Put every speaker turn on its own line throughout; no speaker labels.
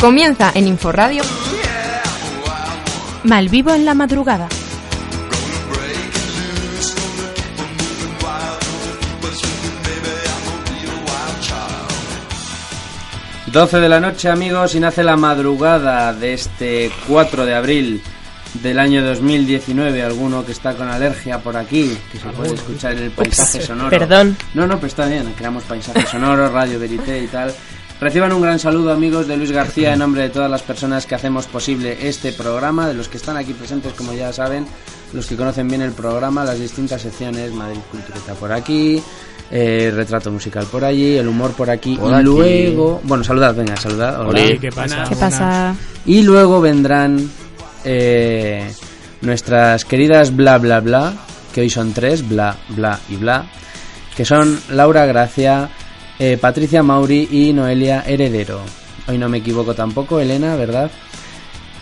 Comienza en Inforradio
Malvivo en la madrugada.
Child.
12 de la noche, amigos, y nace la madrugada de este 4 de abril del año 2019. Alguno que está con alergia por aquí, que se puede escuchar en el paisaje sonoro.
perdón.
No, no, pero está bien, creamos paisaje sonoro, radio verité y tal. Reciban un gran saludo, amigos, de Luis García en nombre de todas las personas que hacemos posible este programa, de los que están aquí presentes, como ya saben, los que conocen bien el programa, las distintas secciones, Madrid Cultureta por aquí, eh, retrato musical por allí, el humor por aquí,
Por
y
aquí.
luego... Bueno, saludad, venga, saludad. hola.
Oli,
¿Qué pasa?
¿Qué pasa?
Y luego vendrán eh, nuestras queridas bla bla bla, que hoy son tres, bla bla y bla, que son Laura Gracia, eh, Patricia Mauri y Noelia Heredero. Hoy no me equivoco tampoco, Elena, ¿verdad?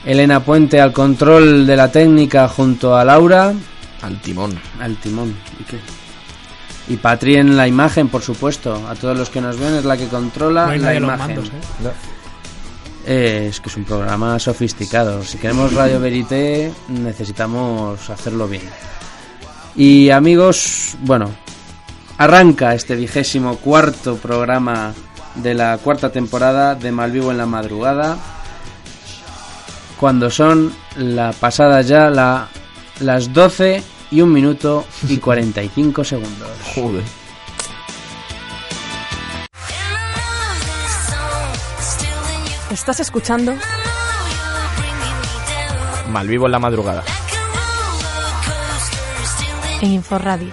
Elena Puente al control de la técnica junto a Laura,
Al timón.
al timón. ¿Y qué? Y Patri en la imagen, por supuesto. A todos los que nos ven es la que controla
No hay
la
nadie en los
imagen.
mandos, ¿eh?
Eh, es que es un programa sofisticado. Si queremos Radio Verité, necesitamos hacerlo bien. Y amigos, bueno, arranca este vigésimo cuarto programa de la cuarta temporada de Malvivo en la madrugada. Cuando son la pasada ya la, las 12 y un minuto y 45 segundos.
Joder.
¿Estás escuchando?
Malvivo en la madrugada.
En Inforradio.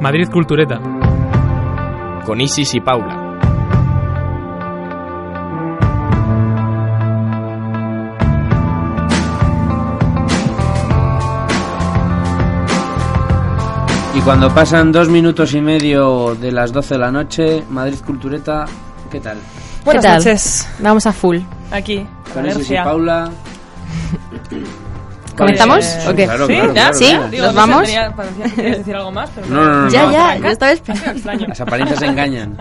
Madrid Cultureta.
Con Isis y Paula.
Y cuando pasan dos minutos y medio de las 12 de la noche, Madrid Cultureta, ¿qué tal?
Buenas
tal?
noches.
Vamos a full.
Aquí.
Con eso sí,
Alergia.
Paula.
¿Comenzamos
Eh,
o qué?
Claro,
¿Sí?
claro,
¿Ya?
claro,
¿Sí?
claro.
Digo,
¿Nos
no sé,
vamos?
tenía- parecía que querías decir algo más, pero
No, no, no, no.
Ya, ya,
arranca.
yo estaba esperando.
Extraño.
Las apariencias engañan.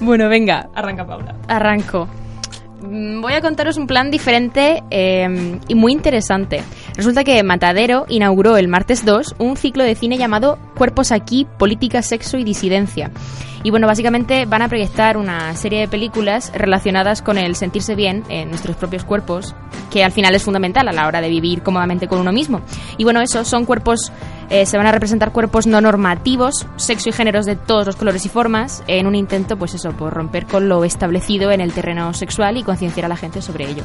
Bueno, venga,
Arranca Paula.
arranco. Mm, Voy a contaros un plan diferente eh, y muy interesante. Resulta que Matadero inauguró el martes 2 un ciclo de cine llamado Cuerpos aquí, Política, Sexo y Disidencia. Y bueno, básicamente van a proyectar una serie de películas relacionadas con el sentirse bien en nuestros propios cuerpos, que al final es fundamental a la hora de vivir cómodamente con uno mismo. Y bueno, eso son cuerpos, eh, se van a representar cuerpos no normativos, sexo y géneros de todos los colores y formas, en un intento, pues eso, por romper con lo establecido en el terreno sexual y concienciar a la gente sobre ello.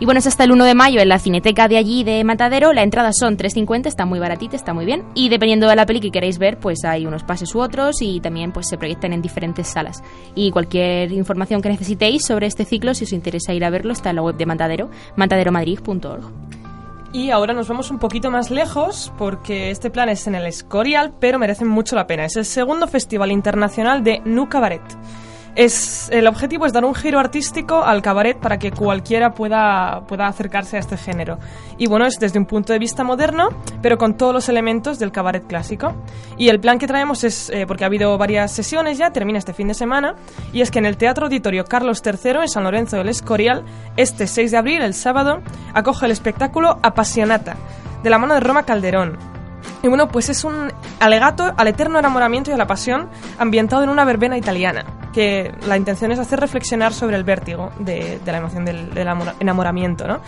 Y bueno, es hasta el 1 de mayo en la cineteca de allí de Matadero. La entrada son 3.50, está muy baratita, está muy bien. Y dependiendo de la peli que queréis ver, pues hay unos pases u otros y también pues se proyectan en diferentes salas. Y cualquier información que necesitéis sobre este ciclo, si os interesa ir a verlo, está en la web de Matadero, mataderomadrid.org.
Y ahora nos vamos un poquito más lejos porque este plan es en el Escorial, pero merece mucho la pena. Es el segundo festival internacional de Nu Cabaret. Es, el objetivo es dar un giro artístico al cabaret para que cualquiera pueda, pueda acercarse a este género. Y bueno, es desde un punto de vista moderno, pero con todos los elementos del cabaret clásico. Y el plan que traemos es, eh, porque ha habido varias sesiones ya, termina este fin de semana, y es que en el Teatro Auditorio Carlos III, en San Lorenzo del Escorial, este 6 de abril, el sábado, acoge el espectáculo Apasionata, de la mano de Roma Calderón. Y bueno, pues es un alegato al eterno enamoramiento y a la pasión ambientado en una verbena italiana, que la intención es hacer reflexionar sobre el vértigo de, de la emoción del, del amor- enamoramiento, ¿no?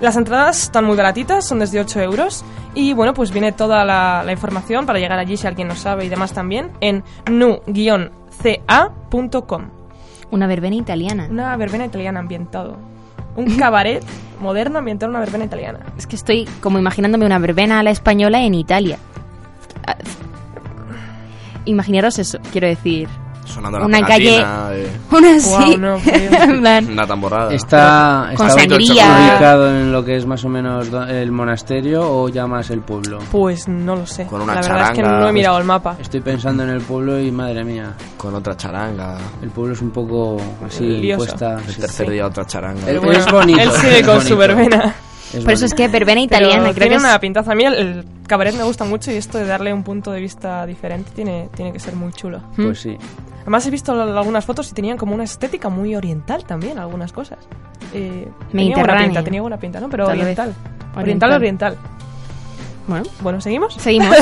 Las entradas están muy baratitas, son desde 8 euros, y bueno, pues viene toda la, la información para llegar allí si alguien no sabe y demás también en nu-ca.com.
Una verbena italiana.
Una verbena italiana ambientado. Un cabaret moderno ambientado en una verbena italiana.
Es que estoy como imaginándome una verbena a la española en Italia. Ah, Imaginaros eso, quiero decir.
Sonando la
Una
pegatina, eh,
Una
Guau,
sí.
no, qué bien.
En plan,
una tamborrada.
Ah, Está,
Con
está
sangría.
ubicado en lo que es más o menos do- el monasterio o ya más el pueblo.
Pues no lo sé.
Con una
la verdad es que
charanga. pues.
no he mirado el mapa.
Estoy pensando en el pueblo y madre mía,
Con otra charanga.
el pueblo es un poco así
Lioso.
puesta.
El
sí.
tercer día otra charanga.
Pero
Eh,
bueno, es bonito,
Él sigue
es
con
bonito.
su verbena.
Es
por eso es
bonito.
que verbena
Pero
italiana, creo que
tiene
es-
una pintaza. A mí el, el cabaret me gusta mucho y esto de darle un punto de vista diferente tiene, tiene que ser muy chulo.
Pues sí.
Además he visto al- algunas fotos y tenían como una estética muy oriental también, algunas cosas. Eh, tenía buena
Mediterránea.
pinta, tenía buena pinta, ¿no? Pero
Tal vez.
oriental.
Oriental.
Oriental, oriental.
Bueno,
Bueno, ¿seguimos?
seguimos.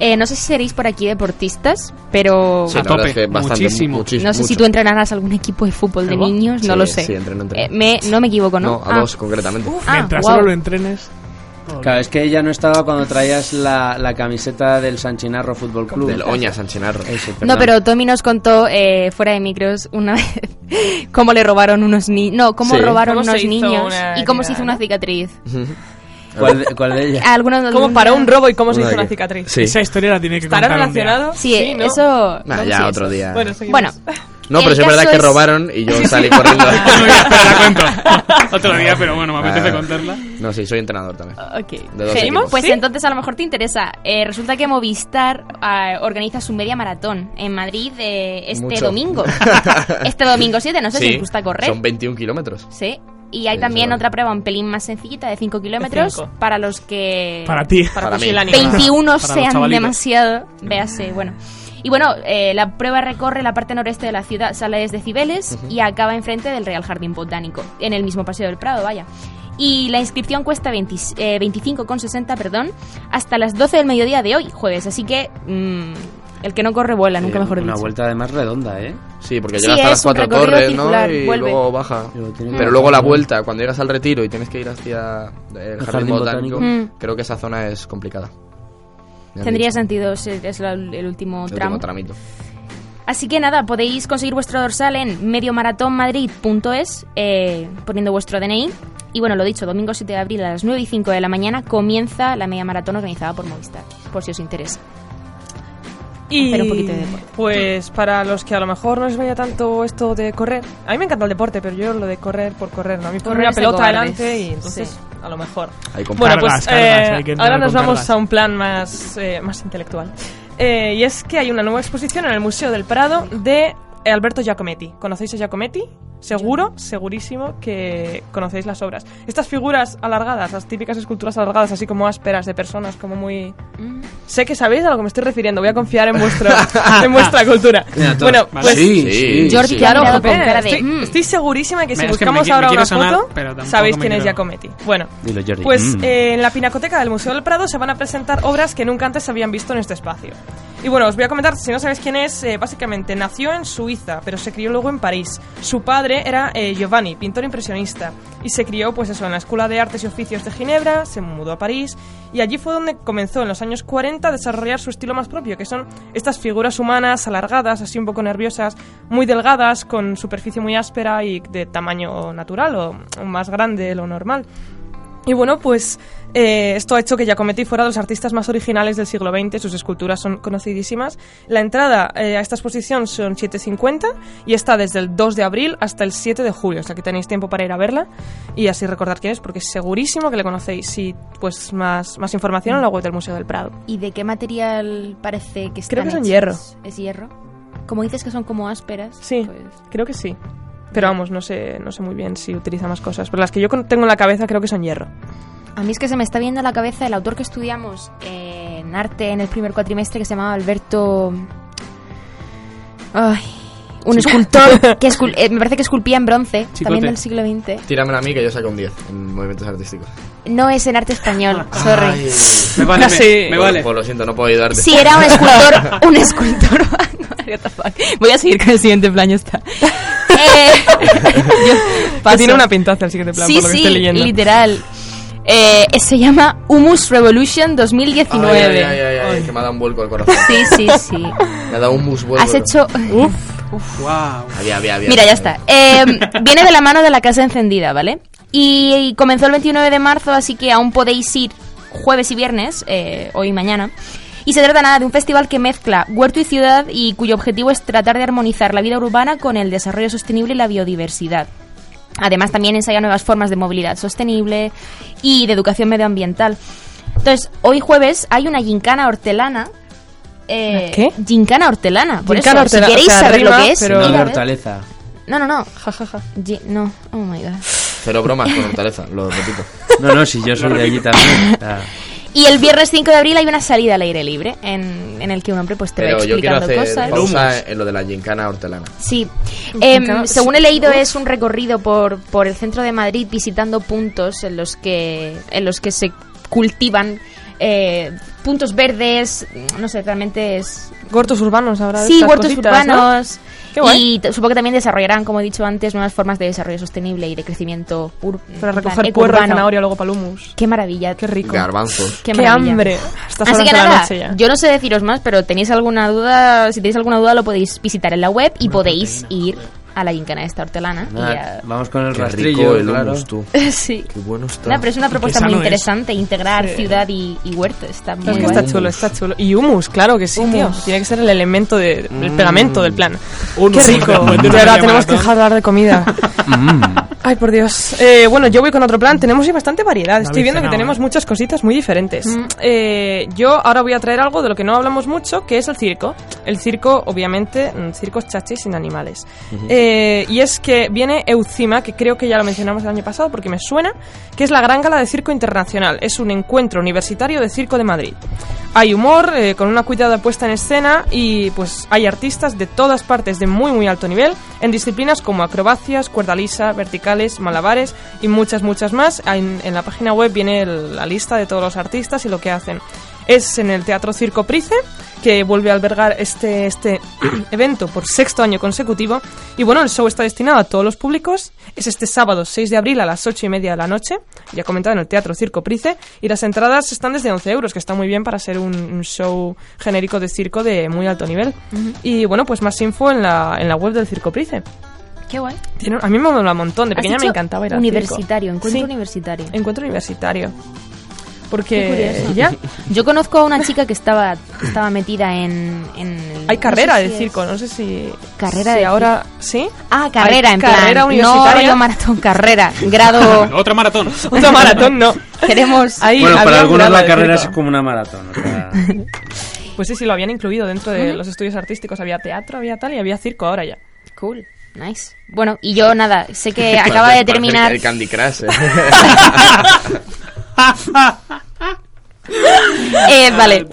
Eh, no sé si seréis por aquí deportistas, pero
sí, la
A tope,
verdad es que bastante,
muchísimo.
muchis-
no sé si
mucho.
tú entrenarás algún equipo de fútbol de
¿Algo?
niños, no
Sí,
lo sé.
sí, entreno, entreno.
Eh, me- no me equivoco, ¿no?
No, a
Ah,
dos concretamente.
ah,
Mientras
guau.
solo lo entrenes.
Claro, es que ella no estaba cuando traías la, la camiseta del Sanchinarro Fútbol Club.
Del Oña Sanchinarro.
Ese, perdón.
No, pero Tommy nos contó eh, fuera de micros una vez cómo le robaron unos niños. No, cómo
Sí.
robaron
Cómo se
unos
hizo
niños
una
y cómo se
herida,
hizo una
¿no?
cicatriz.
¿Cuál de, cuál de ellas?
Algunos
¿Cómo
algún
paró
día-
un robo y cómo se
Una
hizo
que-
una cicatriz?
Sí.
Esa historia la tiene que
¿Estará
contar un día.
relacionado?
Sí, eh,
¿no?
eso.
Nah,
no sé
ya
si
otro
eso.
día.
Bueno, seguimos.
Bueno,
No, pero
el
sí es verdad
caso
que
es-
robaron y yo salí corriendo.
Bueno, ya, espera, la cuento. Otro día, pero bueno, me apetece
Ah.
contarla.
No, sí, soy entrenador también.
Ok.
De dos
Genial.
equipos.
Pues
¿Sí?
entonces a lo mejor te interesa. Eh, resulta que Movistar eh, organiza su media maratón en Madrid eh, este
Mucho.
domingo. este domingo 7, no sé si os gusta correr.
Son 21 kilómetros.
Sí. Y hay
Sí,
también
sí, vale.
otra prueba un pelín más sencillita de 5 kilómetros
cinco.
para los que
Para ti.
Para,
Para mí. Mm.
fusilar animales.
21
los
sean
chavalitos.
demasiado. Véase, bueno. Y bueno, eh, la prueba recorre la parte noreste de la ciudad, sale desde Cibeles y acaba enfrente del Real Jardín Botánico, en el mismo Paseo del Prado, vaya. Y la inscripción cuesta 20 eh, 25,60, perdón, hasta las 12 del mediodía de hoy, jueves. Así que mm, el que no corre vuela, nunca
Eh,
mejor
una
dicho.
vuelta además redonda, ¿eh?
Sí, porque
Sí,
llega hasta
es
las
un
4
recorrido
corres, ¿no?
circular,
Y
vuelve.
luego baja.
Luego tiene que
Pero
bajar,
luego la
¿no?
vuelta, cuando llegas al retiro y tienes que ir hacia el jardín
jardín botánico.
botánico,
Mm.
creo que esa zona es complicada. Me han
Tendría
dicho.
sentido, es, es la- el último
El
tramo.
último tramito.
Así que nada, podéis conseguir vuestro dorsal en mediomaratonmadrid.es eh, poniendo vuestro DNI. Y bueno, lo dicho, domingo 7 de abril a las 9 y 5 de la mañana comienza la media maratón organizada por Movistar, por si os interesa.
Y
Hacer un poquito de deporte.
pues para los que a lo mejor no les vaya tanto esto de correr, a mí me encanta el deporte, pero yo lo de correr por correr, ¿no? a mí
Correr
correr una
es de
pelota
cobardes.
adelante y entonces a lo mejor.
Ahí con
Bueno, pues
Cargas, cargas,
eh,
hay que entrar
ahora
con
nos vamos
cargas.
a un plan más, eh, más intelectual. Eh, y es que hay una nueva exposición en el Museo del Prado de Alberto Giacometti. ¿Conocéis a Giacometti? Seguro, segurísimo que conocéis las obras. Estas figuras alargadas, las típicas esculturas alargadas, así como ásperas de personas, como muy...
Mm.
Sé que sabéis a lo que me estoy refiriendo, voy a confiar en, vuestro,
Ah,
en vuestra cultura.
Mira, todo-
Bueno,
Vale.
pues...
sí,
sí.
sí.
Jordi,
sí.
te ha
Claro,
mirado
jope,
con cara de,
estoy,
"Mm".
estoy segurísima que si
Es que me
buscamos
qui- me
ahora
quiero
una
sonar,
foto,
pero tampoco
sabéis
me
quién es
quiero-
Giacometti. Bueno,
Dilo, Jordi.
pues
Mm.
eh, en la Pinacoteca del Museo del Prado se van a presentar obras que nunca antes se habían visto en este espacio. Y bueno, os voy a comentar, si no sabéis quién es, eh, básicamente nació en Suiza, pero se crió luego en París. Su padre era eh, Giovanni, pintor impresionista, y se crió, pues eso, en la Escuela de Artes y Oficios de Ginebra, se mudó a París, y allí fue donde comenzó en los años 40 a desarrollar su estilo más propio, que son estas figuras humanas alargadas, así un poco nerviosas, muy delgadas, con superficie muy áspera y de tamaño natural o- o más grande de lo normal. Y bueno, pues eh, esto ha hecho que Giacometti fuera de los artistas más originales del siglo XX, sus esculturas son conocidísimas. La entrada eh, a esta exposición son 7.50 y está desde el 2 de abril hasta el 7 de julio, o sea que tenéis tiempo para ir a verla y así recordar quién es, porque segurísimo que le conocéis. Y pues más, más información en la web del Museo del Prado.
¿Y de qué material parece que están
Creo que son
hechas?
hierro.
¿Es hierro? Como dices que son como ásperas.
Sí,
pues-
creo que sí. Pero vamos, no sé, no sé muy bien si utiliza más cosas, pero las que yo con- tengo en la cabeza creo que son hierro.
A mí es que se me está viendo a la cabeza el autor que estudiamos eh, en arte en el primer cuatrimestre que se llamaba Alberto. Ay, un escultor que escul- eh, me parece que esculpía en bronce,
Chicote.
también del siglo XX.
Tíramela a mí que yo saco un 10 en movimientos artísticos.
No es en arte español, sorry.
Me vale, me-
Casi.
me vale.
Pues lo siento, no puedo ayudarte.
Sí, era un escultor. Un escultor. What the fuck. Voy a seguir con el siguiente plan, ya está. Eh, yo
Que
paso.
tiene una pintaza el siguiente plan,
Sí,
por lo que
sí,
estoy leyendo.
literal. Eh, se llama Humus Revolution
Ay,
2019.
ay, ay, ay, ay, que me ha dado un vuelco el corazón.
Sí, sí, sí.
Me ha dado un bus vuelco.
Has hecho.
Guau.
Había, había, había.
Mira, ya está. Eh, viene de la mano de la casa encendida, ¿vale? Y, y comenzó el 29 de marzo, así que aún podéis ir jueves y viernes, eh, hoy y mañana. Y se trata nada de un festival que mezcla huerto y ciudad y cuyo objetivo es tratar de armonizar la vida urbana con el desarrollo sostenible y la biodiversidad. Además, también ensaya nuevas formas de movilidad sostenible y de educación medioambiental. Entonces, hoy jueves hay una gincana hortelana. eh,
¿Qué?
Gincana hortelana. Por
Gincana
eso,
hortelana,
si queréis
o sea,
saber lo
rima,
que es,
pero-
id
no
a
de
ver.
hortaleza.
No, no, no.
Ja, ja, ja.
Gi- no. Oh my god.
Cero bromas con hortaleza, lo repito.
No, no, si yo soy de allí también. o sea,
Y el viernes 5 de abril hay una salida al aire libre en, en el que un hombre pues te va
Pero yo quiero
explicando
hacer
cosas.
pausa en lo de la gincana hortelana.
Sí.
Me
Em,
encanta.
según he
Sí.
leído
Uf.
es un recorrido por, por el centro de Madrid visitando puntos en los que en los que se cultivan eh, puntos verdes, no sé, realmente es
Gortos urbanos ahora.
sí,
estas
huertos
cositas, ¿no?
urbanos.
Qué guay.
Y t- supongo que también desarrollarán, como he dicho antes, nuevas formas de desarrollo sostenible y de crecimiento ur-
Para
en plan,
recoger puerro,
eco-urbano.
zanahoria, luego palumus.
Qué maravilla.
Qué rico.
Garbanzos.
Qué,
Qué
maravilla.
hambre. Estas
Así
horas
que
de la
nada,
noche ya.
yo no sé deciros más, pero tenéis alguna duda, si tenéis alguna duda lo podéis visitar en la web y podéis
pues,
ir a la gincana de esta hortelana. y
nada,
a-
vamos con el
Qué
rastrillo,
rico el
claro.
hummus, tú.
sí.
Qué bueno está.
No, pero es una propuesta muy
sano es.
interesante, integrar ciudad y, y huerto. Está muy
Es que
guay.
está chulo, está chulo. Y humus, claro que sí, tío. Tiene que ser el elemento, de, el pegamento del plan.
Humus.
¡Qué rico!
Después de
De
una
verdad,
media
tenemos que
maratón.
dejar de hablar de comida.
Mm.
Ay, por Dios. Eh, bueno, yo voy con otro plan. Tenemos sí, bastante variedad. Estoy
habéis
viendo que
cenado,
tenemos
¿eh?
muchas cositas muy diferentes.
Mm.
Eh, yo ahora voy a traer algo de lo que no hablamos mucho, que es el circo. El circo, obviamente, mm, circos chachis sin animales. Eh, y es que viene Eucima, que creo que ya lo mencionamos el año pasado porque me suena, que es la Gran Gala de Circo Internacional. Es un encuentro universitario de circo de Madrid. Hay humor, eh, con una cuidada puesta en escena y pues hay artistas de todas partes de muy muy alto nivel en disciplinas como acrobacias, cuerda lisa, verticales, malabares y muchas muchas más. En, en la página web viene el- la lista de todos los artistas y lo que hacen. Es en el Teatro Circo Price que vuelve a albergar este, este evento por sexto año consecutivo. Y bueno, el show está destinado a todos los públicos. Es este sábado 6 de abril a las 8 y media de la noche, ya comentado en el Teatro Circo Price. Y las entradas están desde 11 euros, que está muy bien para ser un, un show genérico de circo de muy alto nivel. Y bueno, pues más info en la, en la web del Circo Price.
Qué guay.
Tiene- a mí me mola un montón, de
Has
pequeña me
dicho
encantaba ir al circo.
Universitario, encuentro
Sí,
universitario.
encuentro universitario.
Qué
Porque
curioso.
ya
Yo conozco a una chica que estaba, estaba metida en... en el-
hay
no
carrera
sé si
de
es-
circo, no sé si...
Carrera
si
de
ahora... ¿Sí?
Ah, carrera,
Hay
en
carrera
plan. No,
universitaria.
rollo maratón, carrera. Grado...
Otra maratón.
Otra maratón, no.
Queremos...
Ahí
Bueno, para
había
algunos
un grado
la
de
carrera es
circo.
como una maratón. o sea,
Pues sí, sí, lo habían incluido dentro de los estudios artísticos. Había teatro, había tal y había circo ahora ya.
Cool, nice. Bueno, y yo nada, sé que acaba de
Parece-
terminar.
parece El Candy Crush. eh.
Eh, vale.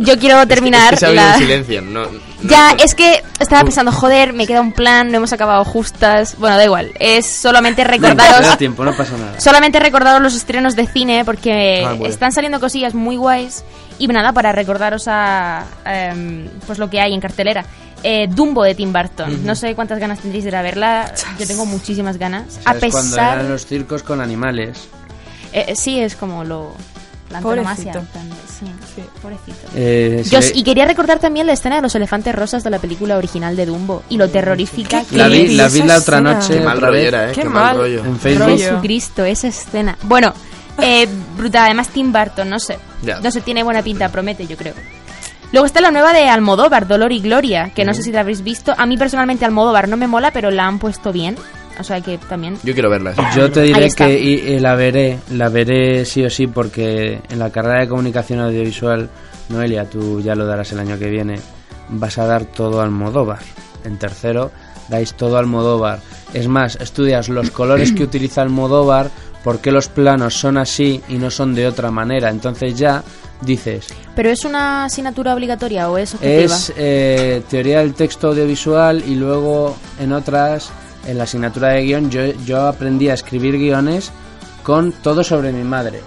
Yo quiero terminar
Ah, Es que se ha habido
la.
un silencio. No, no-
Ya, es que estaba pensando, joder, me queda un plan, no hemos acabado justas. Bueno, da igual, es solamente
te da
recordaros.
tiempo, no pasa nada.
Solamente recordaros los estrenos de cine porque
Ah, bueno.
están saliendo cosillas muy guays. Y nada, para recordaros a, em, pues lo que hay en cartelera. Eh, Dumbo de Tim Burton. No sé cuántas ganas tendréis de ir a verla. Yo tengo muchísimas ganas. A
¿Sabes cuando
pesar.
eran los circos con animales.
Eh, eh, sí, es como lo... La antonomasia.
Pobrecito.
en plan de- Sí,
Sí.
pobrecito.
Eh, si
Yo-
le-
y quería recordar también la escena de los elefantes rosas de la película original de Dumbo y lo terrorífica
Qué
que
la vi,
es.
la, vi la
Esa
otra
escena.
noche
Qué mal
otra vez,
rollera, eh.
Qué
Qué,
mal.
mal rollo.
en Facebook.
rollo.
Jesucristo, esa escena. Bueno, eh, brutal. Además, Tim Burton, no sé.
Ya.
No sé, tiene buena pinta, promete, yo creo. Luego está la nueva de Almodóvar, Dolor y Gloria, que no sé si la habréis visto. A mí personalmente Almodóvar no me mola, pero la han puesto bien. O sea que también...
Yo quiero verla. esa.
Yo te
Ahí
diré
está.
que y- eh, la veré, la veré sí o sí porque en la carrera de comunicación audiovisual, Noelia, tú ya lo darás el año que viene, vas a dar todo al Modóvar. En tercero, dais todo al Modóvar. Es más, estudias los colores que utiliza el Modóvar, por qué los planos son así y no son de otra manera. Entonces ya dices,
¿Pero es una asignatura obligatoria o es objetiva?
es eh, teoría del texto audiovisual y luego en otras, en la asignatura de guión, yo, yo aprendí a escribir guiones con todo sobre mi madre.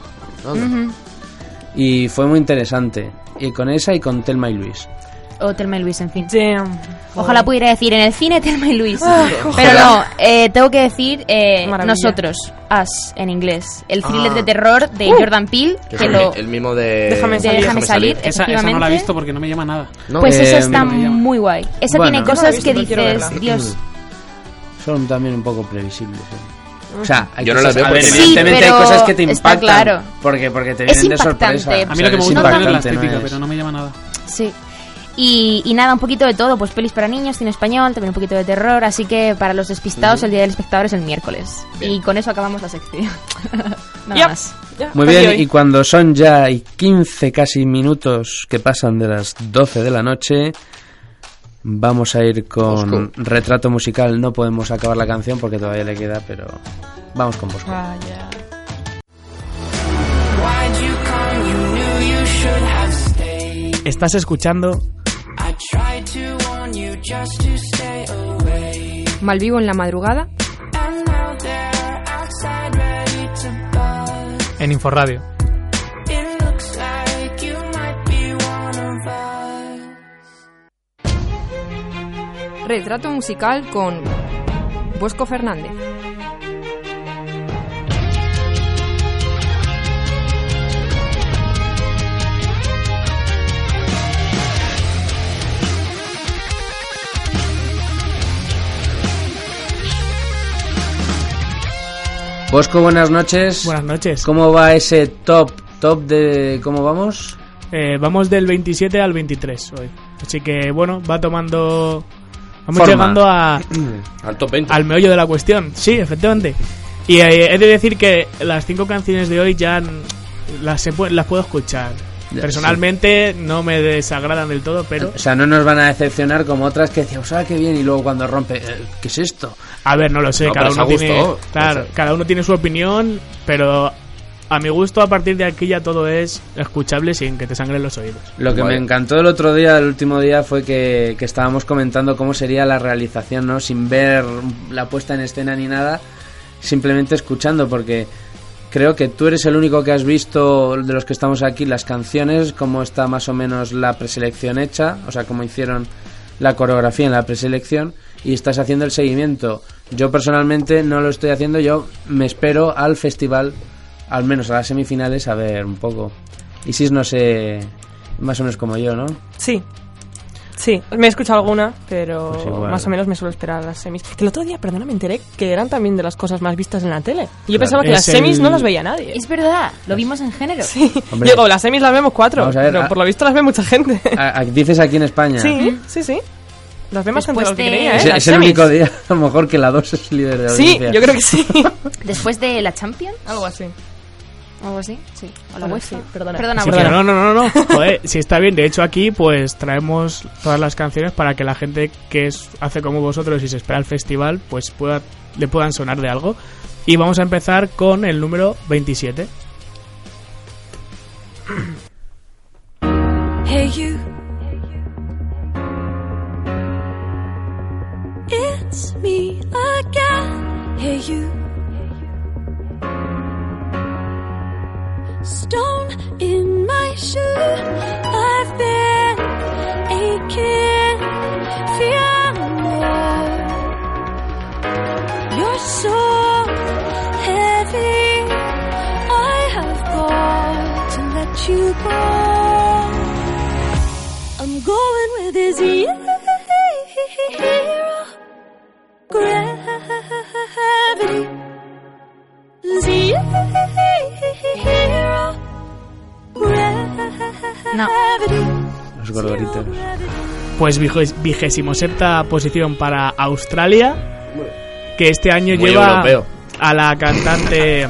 Y fue muy interesante. Y con esa y con Telma y Luis.
O Telma y Luis, en fin.
Damn.
Ojalá pudiera decir en el cine Telma y Luis. Pero no,
ojalá.
eh, tengo que decir eh,
Maravilla.
nosotros, Us en inglés, el thriller
Ah.
de terror de Jordan Peele,
Que
que
es
lo...
el mismo de.
Déjame
de Déjame salir,
Esa, esa no la
efectivamente.
he visto porque no me llama nada.
No,
Pues
eh,
esa
Eh,
está
me
llama.
muy guay. Esa
Bueno.
tiene
Yo no la
cosas
he visto,
que
pero quiero
dices,
verla.
Dios,
Son también un poco previsibles. ¿eh? O sea, hay
Yo no las
cosas,
veo
a
porque
ver,
no-
evidentemente
Sí,
hay
pero
cosas que te
está
impactan.
claro.
Porque, porque te
Es
vienen de
impactante.
sorpresa.
A
A
O
mí
sea,
lo
es
que me gusta es la
impactante,
estética,
es-
pero no me llama nada.
Sí. Y, y nada, un poquito de todo, pues pelis para niños, cine español, también un poquito de terror, así que para los despistados el Día del Espectador es el miércoles.
Bien.
Y con eso acabamos la sección. nada
Yep.
más.
Ya,
Muy
hasta aquí
bien,
hoy.
y cuando son ya y 15 casi minutos que pasan de las 12 de la noche, vamos a ir con
Bosco.
retrato musical. No podemos acabar la canción porque todavía le queda, pero vamos con Bosco.
Vaya.
Estás escuchando
Malvivo en la madrugada.
en Inforradio.
Retrato musical con Bosco Fernández.
Bosco, buenas noches.
Buenas noches.
¿Cómo va ese top? ¿Top de cómo vamos?
Eh, vamos del 27 al 23 hoy. Así que bueno, va tomando... Vamos
Forma.
llegando a,
Al top 20.
al meollo de la cuestión. Sí, efectivamente. Y eh, he de decir que las cinco canciones de hoy ya n- las, he pu- las puedo escuchar.
Ya,
Personalmente no me desagradan del todo, pero...
O sea, no nos van a decepcionar como otras que decíamos, ah, qué bien, y luego cuando rompe, "Eh, ¿qué es esto?
A ver, no lo sé,
No,
cada
pero
uno
es a
tiene.
gusto.
Claro,
Eso.
cada uno tiene su opinión, pero a mi gusto, a partir de aquí ya todo es escuchable sin que te sangren los oídos.
Lo que
Vale.
me encantó el otro día, el último día, fue que, que estábamos comentando cómo sería la realización, ¿no? Sin ver la puesta en escena ni nada, simplemente escuchando, porque creo que tú eres el único que has visto de los que estamos aquí las canciones, cómo está más o menos la preselección hecha, o sea, cómo hicieron la coreografía en la preselección y estás haciendo el seguimiento. Yo personalmente no lo estoy haciendo, yo me espero al festival, al menos a las semifinales, a ver un poco. Y si es, no sé, más o menos como yo, ¿no?
Sí. Sí, me he escuchado alguna, pero
Pues igual.
más o menos me suelo esperar a las semis. Que el otro día, perdona, me enteré que eran también de las cosas más vistas en la tele. Y yo pensaba que
Es
las semis
el-
no las veía nadie.
Es verdad, lo vimos en género.
Hombre.
Digo, Oh, las semis las vemos cuatro,
Vamos a ver,
pero
ah.
por lo visto las ve mucha gente.
A- a- dices aquí en España.
Sí, sí, sí. Las ve más gente de lo
Después
que
de-
creía, ¿eh?
Es,
Las
es el
semis.
único día, a lo mejor, que la 2 es líder de
Sí,
audiencia.
yo creo que sí.
Después de la Champions,
Algo así.
o algo así, sí. O la
Algo
UEFA.
así, perdona.
Perdona,
Así que
perdona.
no, no, no, no, no. Joder, si está bien. De hecho, aquí pues traemos todas las canciones para que la gente que es- hace como vosotros y se espera el festival, pues pueda, le puedan sonar de algo. Y vamos a empezar con el número 27.
Hey you. It's me again. Hey you. Stone in my shoe. I've been aching. Fear more. You're so heavy. I have got to let you go. I'm going with his hero gravity. His hero gravity.
Los gorgoritos.
Pues vijo- vigésimo séptima posición para Australia, que este año
Muy
lleva
europeo.
a la cantante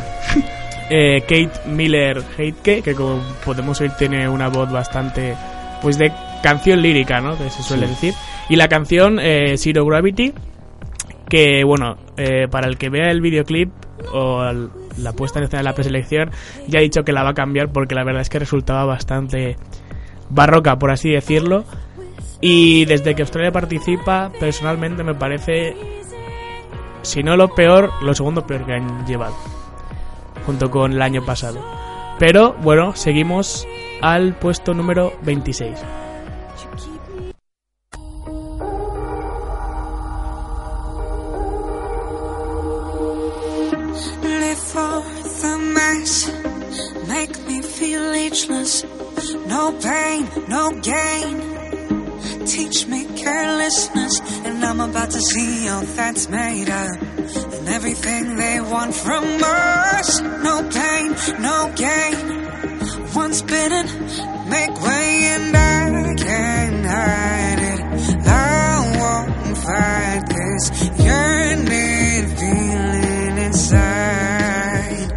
eh, Kate Miller Heidke, que como podemos oír tiene una voz bastante, pues de canción lírica, ¿no? Que se suele decir. Y la canción eh, Zero Gravity, que bueno, eh, para el que vea el videoclip o el- la puesta en escena de la preselección, ya he dicho que la va a cambiar porque la verdad es que resultaba bastante barroca, por así decirlo. Y desde que Australia participa, personalmente me parece, si no lo peor, lo segundo peor que han llevado, junto con el año pasado. Pero bueno, seguimos al puesto número 26.
Live for the mass, make me feel ageless. No pain, no gain. Teach me
carelessness, and I'm about to see all that's made up. And everything they want from us, no pain, no gain. Once bitten, make way, and I can't hide it. I won't fight this yearning feeling inside.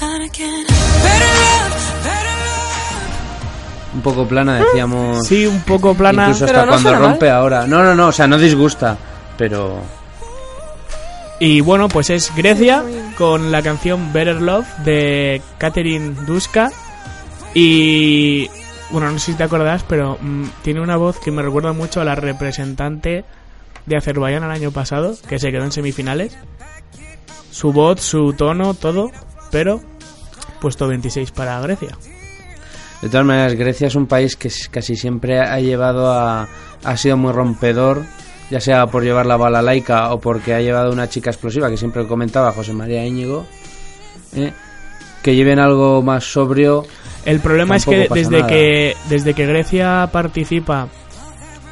Gotta get better love, better love.
Un poco plana, decíamos.
Sí, un poco plana.
Incluso
Pero
hasta
no
cuando
suena mal.
rompe ahora. No, no, no, o sea, no disgusta. Pero.
Y bueno, pues es Grecia con la canción Better Love de Catherine Duska. Y bueno, no sé si te acordarás, pero mm, tiene una voz que me recuerda mucho a la representante de Azerbaiyán el año pasado, que se quedó en semifinales. Su voz, su tono, todo, pero puesto 26 para Grecia.
De todas maneras, Grecia es un país que s- casi siempre ha llevado a. ha sido muy rompedor, ya sea por llevar la bala laica o porque ha llevado una chica explosiva, que siempre comentaba José María Íñigo. ¿eh? Que lleven algo más sobrio.
El problema es que
Tampoco pasa
desde,
nada.
que desde que Grecia participa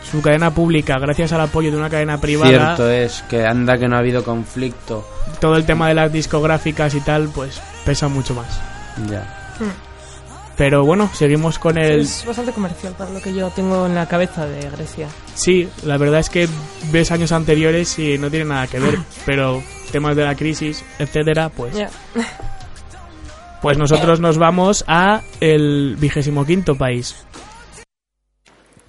su cadena pública gracias al apoyo de una cadena privada
Cierto es que anda que no ha habido conflicto.
todo el tema de las discográficas y tal, pues pesa mucho más.
Ya.
Pero bueno, seguimos con el...
Es bastante comercial para lo que yo tengo en la cabeza de Grecia.
Sí, la verdad es que ves años anteriores y no tiene nada que ver, pero temas de la crisis, etcétera, pues...
Ya.
Pues nosotros nos vamos a el vigésimo quinto país.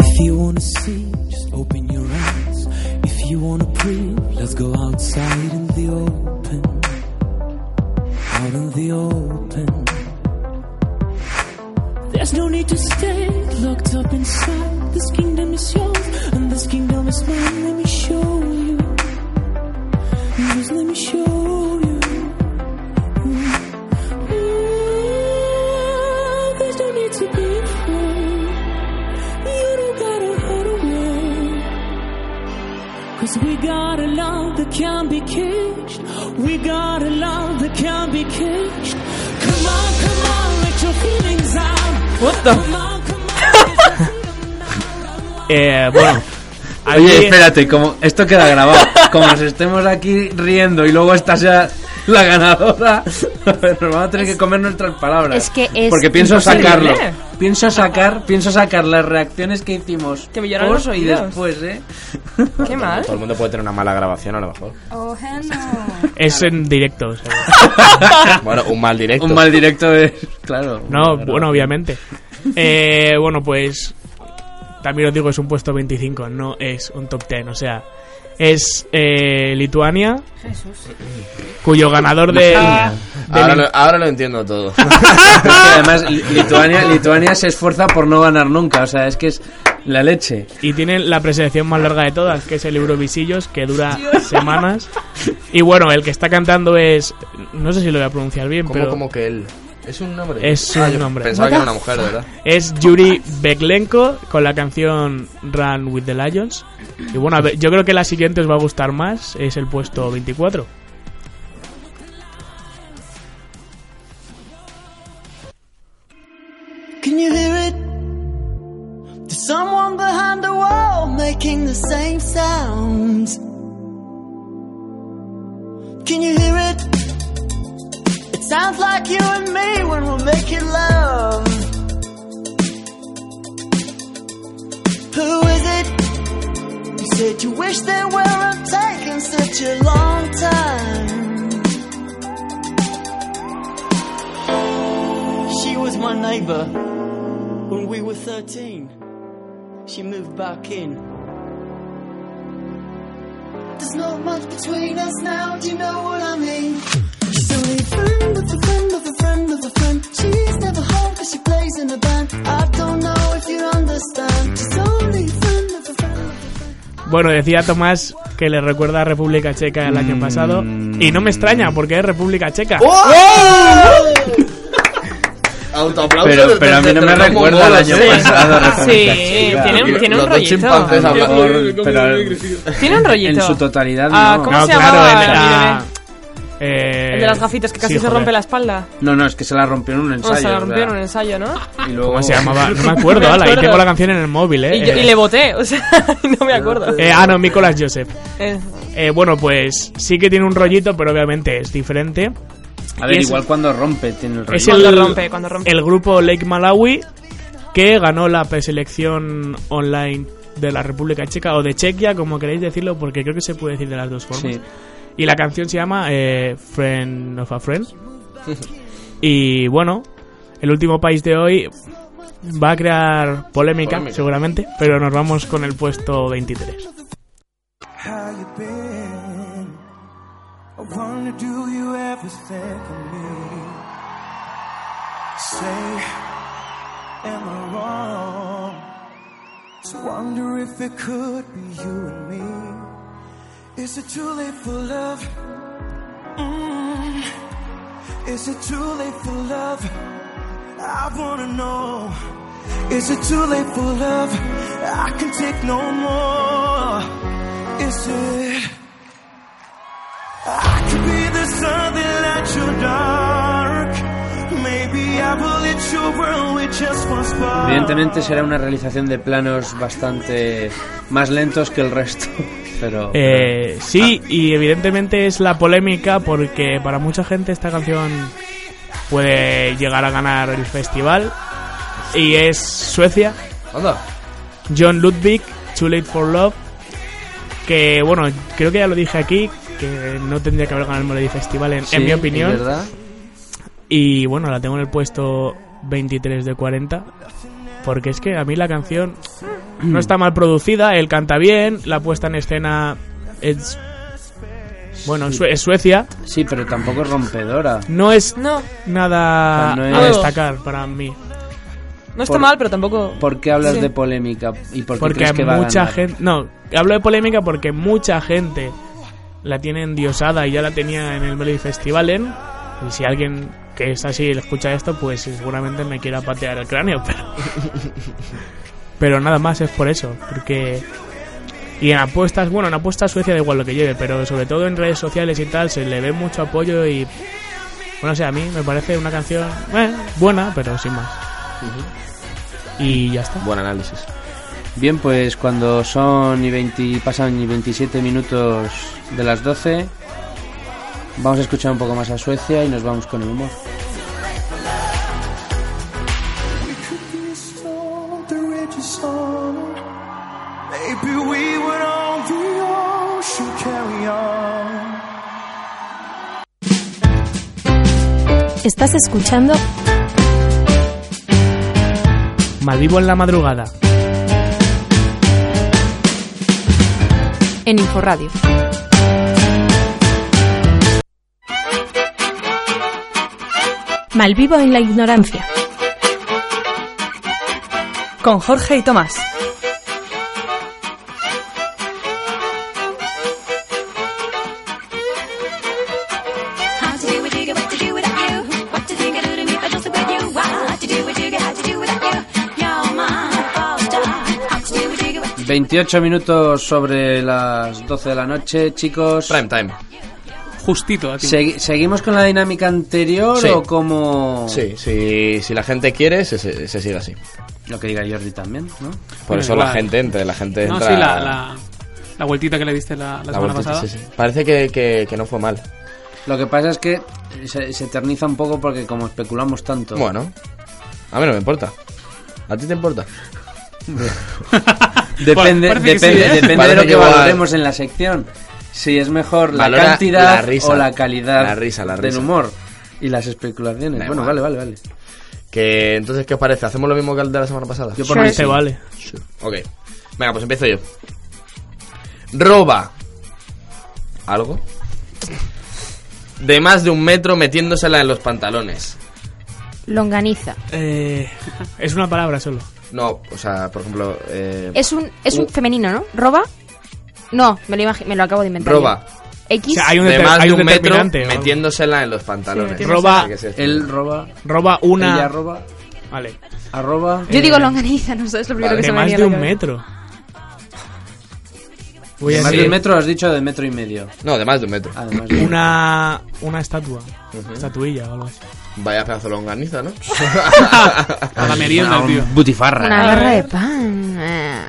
If you wanna see, just open your eyes. If you wanna breathe, let's go outside in the open. Out in the open. There's no need to stay locked up inside. This kingdom is yours, and this kingdom is mine. Let me show you. Just let me show you. Mm, There's no need to be afraid. You don't gotta hide away. Cause we got a love that can be caged. We got a love that can be caged. Come on, come on, let your feelings out.
What the?
Come on, come on, let your feelings
Eh, bueno, aquí-
Oye, espérate, como esto queda grabado. Como nos estemos aquí riendo y luego esta sea la ganadora, nos vamos a tener que comer nuestras palabras.
es que es
Porque pienso
imposible.
sacarlo. Pienso sacar, pienso sacar las reacciones que hicimos.
Que me lloran
post
los
y
oídos.
después, ¿eh?
Qué mal.
Todo el mundo puede tener una mala grabación a lo mejor.
Oh, hell no.
es en directo. o sea,
Bueno, un mal directo.
Un mal directo es, claro.
No, bueno, obviamente. Eh, bueno, pues también os digo, es un puesto 25, no es un top 10, o sea, es eh, Lituania, cuyo ganador de...
ahora, lo, ahora lo entiendo todo.
Ah, Es que además Li- Lituania, Lituania se esfuerza por no ganar nunca, o sea, es que es la leche.
Y tiene la preselección más larga de todas, que es el Eurovisillos, que dura semanas. Y bueno, el que está cantando es... No sé si lo voy a pronunciar bien,
¿Cómo,
pero...
como que él? Es un nombre.
Es
Ah,
un
yo
nombre.
Pensaba que era una mujer, de verdad.
Es Yuri Beklenko con la canción Run with the Lions. Y bueno, a ver, yo creo que la siguiente os va a gustar más. Es el puesto 24.
out. Can you hear it? There's someone behind the wall making the same sounds. Can you hear it? It sounds like you and me when we're making love. Who is it? You said you wish they weren't taking such a long time. She was my neighbor when we were 13. She moved back in. There's not much between us now, do you know what I mean? She's only a friend of a friend of a friend of a friend. She's never home cause she plays in a band. I don't know if you understand. She's only a friend of a friend of a friend.
Bueno, decía Tomás que le recuerda a República Checa el año pasado.
Mm.
Y no me extraña, porque es República Checa.
¡Oh! Autoaplauso.
¡Oh! Pero, pero a mí no me recuerda el año pasado.
Sí,
República Checa.
Eh, tiene un, tiene
Los
un
dos
rollito.
chimpancés
A lo
hablando.
mejor, pero
Tiene un rollito.
en su totalidad
Ah,
no.
¿cómo
No,
se
claro,
llamaba
en
el
la- Eh,
El de las gafitas que casi
sí,
se
joder.
rompe la espalda.
No, no, es que se la rompió en un
O
ensayo.
sea, se
o
la
sea,
rompieron en un ensayo, ¿no?
y luego-
¿Cómo se llamaba? No me acuerdo, ala, y tengo la canción en el móvil, eh.
Y, yo- y
Eh,
le boté, o sea, no me acuerdo.
eh, ah, no, Nicolas Joseph.
Eh,
Eh, bueno, pues sí que tiene un rollito, pero obviamente es diferente.
A ver,
Y es-
igual cuando rompe tiene el rollo.
Es el, el grupo Lake Malawi que ganó la preselección online de la República Checa o de Chequia, como queréis decirlo, porque creo que se puede decir de las dos formas.
Sí.
Y la canción se llama eh, Friend of a Friend. y bueno, el último país de hoy va a crear polémica,
Polémica.
seguramente, pero nos vamos con el puesto 23.
How you been? I wonder, do you ever think of me? Say, am I wrong? To wonder if it could be you and me. Is it too late for love? Mm. Is it too late for love? I wanna know. Is it too late for love? I can take no more. Is it? I could be the sun that lights your dark. Maybe I will let your world with just one spark.
Evidentemente será una realización de planos bastante más lentos que el resto, pero...
Eh, sí, y evidentemente es la polémica porque para mucha gente esta canción puede llegar a ganar el festival. Y es Suecia. John Ludwig, Too Late for Love. Que bueno, creo que ya lo dije aquí, que no tendría que haber ganado el Melody Festival en,
Sí,
en mi
es
opinión.
verdad.
Y bueno, la tengo en el puesto 23 de 40. Porque es que a mí la canción no está mal producida, él canta bien, la puesta en escena es... Bueno,
Sí.
Sue- es Suecia.
Sí, pero tampoco es rompedora.
No es
No.
nada
O sea, no
a
es-
destacar para mí.
no está
Por-
mal, pero tampoco.
¿Por qué hablas
Sí.
de polémica? ¿Y por qué
porque
crees que va a
mucha
ganar?
gente... No, hablo de polémica porque mucha gente la tiene endiosada y ya la tenía en el Melody Festival en... Y si alguien que es así le escucha esto, pues seguramente me quiera patear el cráneo, pero... pero nada más es por eso, porque... Y en apuestas, bueno, en apuestas Suecia da igual lo que lleve, pero sobre todo en redes sociales y tal se le ve mucho apoyo y... Bueno, o sea, a mí me parece una canción eh, buena, pero sin más. Y ya está.
Buen análisis.
Bien, pues cuando son y 20, pasan y 27 minutos de las 12, vamos a escuchar un poco más a Suecia y nos vamos con el humor.
We could be a storm that rages on. Maybe we would on the ocean carry on.
Estás escuchando
Malvivo en la madrugada.
En Inforadio.
Malvivo en la ignorancia.
Con Jorge y Tomás.
How to do what you get, what to do without you. What to think I do to me, I just about you. Why? How to do what you get, how to do without you. You're my fault. How to do what you get, what
28 minutos sobre las 12 de la noche, chicos. Prime
time.
Justito.
¿Seguimos con la dinámica anterior
Sí.
o como...?
Sí, sí, si la gente quiere, se, se, se sigue así.
Lo que diga Jordi también, ¿no?
Por
Bueno,
eso la
igual.
gente entra, la gente
No,
entra.
sí, la, la, la vueltita que le diste la, la
la
semana
vueltita,
pasada.
sí, sí. Parece que, que- que no fue mal.
Lo que pasa es que se, se eterniza un poco porque como especulamos tanto...
Bueno, a mí no me importa. ¿A ti te importa?
Depende,
Bueno, parece que
depende,
sí, ¿eh?
depende de
Parece
lo
que
que
igual-
valoremos en la sección. Si es mejor la
Valora
cantidad
la risa,
o la calidad
la risa, la
del
risa.
humor y las especulaciones.
Da
bueno,
igual.
vale, vale, vale.
Que entonces, ¿qué os parece? ¿Hacemos lo mismo que el de la semana pasada?
Yo por mí Sí. sí. vale.
Sí. Ok. Venga, pues empiezo yo. Roba. ¿Algo? De más de un metro metiéndosela en los pantalones.
Longaniza.
es una palabra solo.
No, o sea, por ejemplo. eh,
Es un, es un
u-
femenino, ¿no? ¿Roba? No, me lo, imagi- me lo acabo de inventar.
Roba.
yo. X.
de
deter-
más
hay
de
un
un metro
determinante o algo.
metiéndosela en los pantalones.
Sí, Roba-
Sí, que es
Él roba,
Roba una.
ella roba,
Vale.
arroba...
Yo digo longaniza, no sé, es lo primero que
de
se me
más
venía a
de
la
un
cabeza.
metro. Voy a
más
decir-
de un metro has dicho de metro y medio.
No, de más de un metro.
Ah, de más de un-
Una, una estatua. Estatuilla o algo así.
Vaya pedazo de longaniza, ¿no?
A la merienda,
Una
tío.
Butifarra.
Una barra de pan. eh.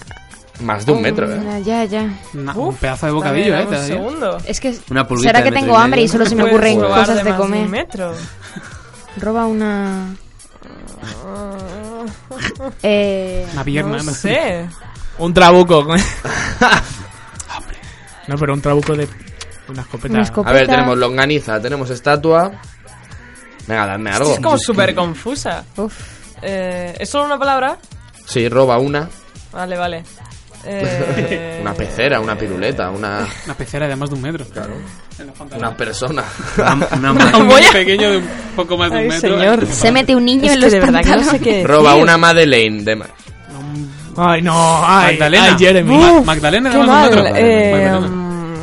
Más de un metro, ¿eh?
Una- Ya, ya.
un pedazo de bocadillo,
dame
¿eh?
un
Te da bien.
segundo.
Es que.
Una pulguita
¿Será
de
que
metro
tengo
y
hambre y
medio?
solo se me
Puedes
ocurren
probar
cosas Pues de
más un
comer?
metro.
Roba una. Eh.
Una pierna.
No sé.
Un trabuco. no, pero un trabuco de. Una escopeta.
Una escopeta.
A ver, tenemos longaniza, tenemos estatua. Venga, dame algo.
Es como súper confusa. Eh, ¿Es solo una palabra?
Sí, roba una.
Vale, vale. Eh,
Una pecera, una piruleta, una,
Una pecera de más de un metro. Claro.
una persona.
Una ma-
Un niño pequeño de un poco más de un
Ay,
metro.
señor.
Se mete un niño
Es
en
que
los
de verdad que no
pantalones.
sé qué
Roba
decir.
una Madeleine. De ma-
Ay, no. Ay,
Magdalena.
ay, Jeremy.
Ma-
Ma-
Magdalena de
Qué
más de un
mal.
metro.
Eh,
Magdalena.
mm,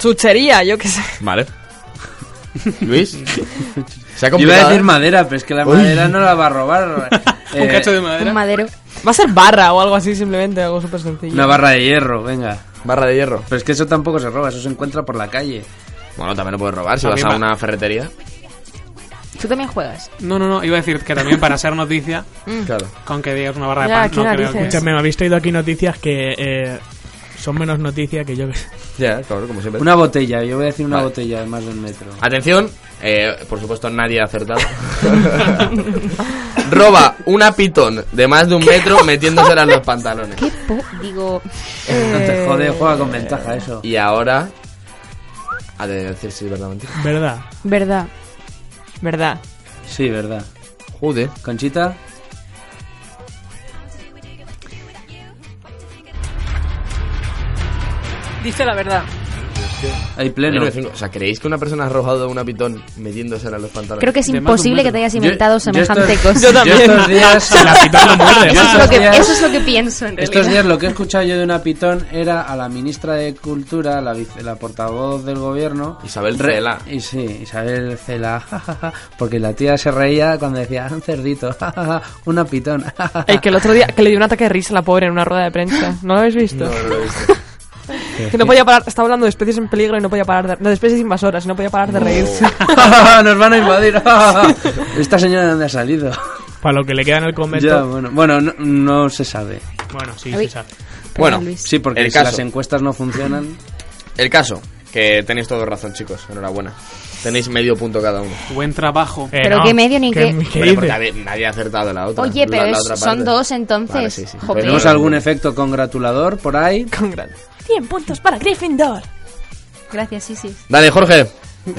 chuchería, yo qué sé.
Vale. Luis. Se ha
Yo iba a
complicado.
decir
¿eh?
madera, pero es que la madera no la va a robar.
Un
Eh,
cacho de
Un
madera.
madero.
Va a ser barra o algo así, simplemente, algo súper sencillo.
Una barra de hierro, venga.
Barra de hierro.
Pero es que eso tampoco se roba, eso se encuentra por la calle.
Bueno, también lo puedes robar si
A
vas
mí
a
ma-
una ferretería.
Tú también juegas.
No, no, no. Iba a decir que también para ser noticia,
Claro.
con que digas una barra de
Ya,
pan,
qué
no creo
narices.
que...
Escúchame, me habéis traído aquí noticias que eh, son menos noticias que yo. que-
Ya, claro, como siempre.
Una botella, yo voy a decir una
Vale.
botella de más de un metro.
Atención, eh, por supuesto nadie ha acertado. Roba una pitón de más de un metro metiéndosela en los pantalones.
¿Qué po? Digo.
No
eh,
te jode, juega con ventaja eso.
Y ahora... Ha de decir si es verdad o mentira.
¿Verdad?
Verdad.
¿Verdad?
Sí, verdad.
Joder.
Conchita,
Dice la verdad.
hay pleno.
Menos de cinco. O sea, ¿creéis que una persona ha robado una pitón metiéndosela en los pantalones?
Creo que es
De más de un
imposible que te
metro.
hayas
Yo-
inventado
yo
semejante
estos-
cosa.
yo estos días,
La pitón no muerde. ¿eh?
Eso es,
estos
lo que,
días-
eso es lo que pienso en realidad.
Estos días lo que he escuchado yo de una pitón era a la ministra de Cultura, la, vice- la portavoz del gobierno.
Isabel
Re-
Cela.
Y sí, Isabel Cela. jajaja, Porque la tía se reía cuando decía, "Ah, un cerdito, jajaja, una pitón. jajaja".
El que el otro día que le dio un ataque de risa a la pobre en una rueda de prensa. ¿No lo habéis visto?
No, no lo he visto.
Que no podía parar, estaba hablando de especies en peligro y no podía parar de, no, de especies invasoras y no podía parar de reírse.
Nos van a invadir. Esta señora de dónde ha salido.
Para lo que le queda en el convento.
Ya, bueno, bueno no, no se sabe.
Bueno, sí,
Uy.
se sabe.
Bueno,
Luis.
Sí, porque
El
si
caso.
las encuestas no funcionan.
el caso. Que tenéis todos razón, chicos. Enhorabuena. Tenéis medio punto cada uno.
Buen trabajo.
Eh,
Pero
no,
qué medio ni
¿Qué,
qué-
qué
Hombre, porque
dices?
nadie, nadie ha acertado la otra. la-
Oye, pero
la
es-
otra
son
parte.
dos, entonces.
Vale, sí, sí.
Jope.
¿Tenemos
Pero-
algún efecto congratulador por ahí?
Con gran-
100 puntos para Gryffindor.
Gracias, sí, sí.
Dale, Jorge.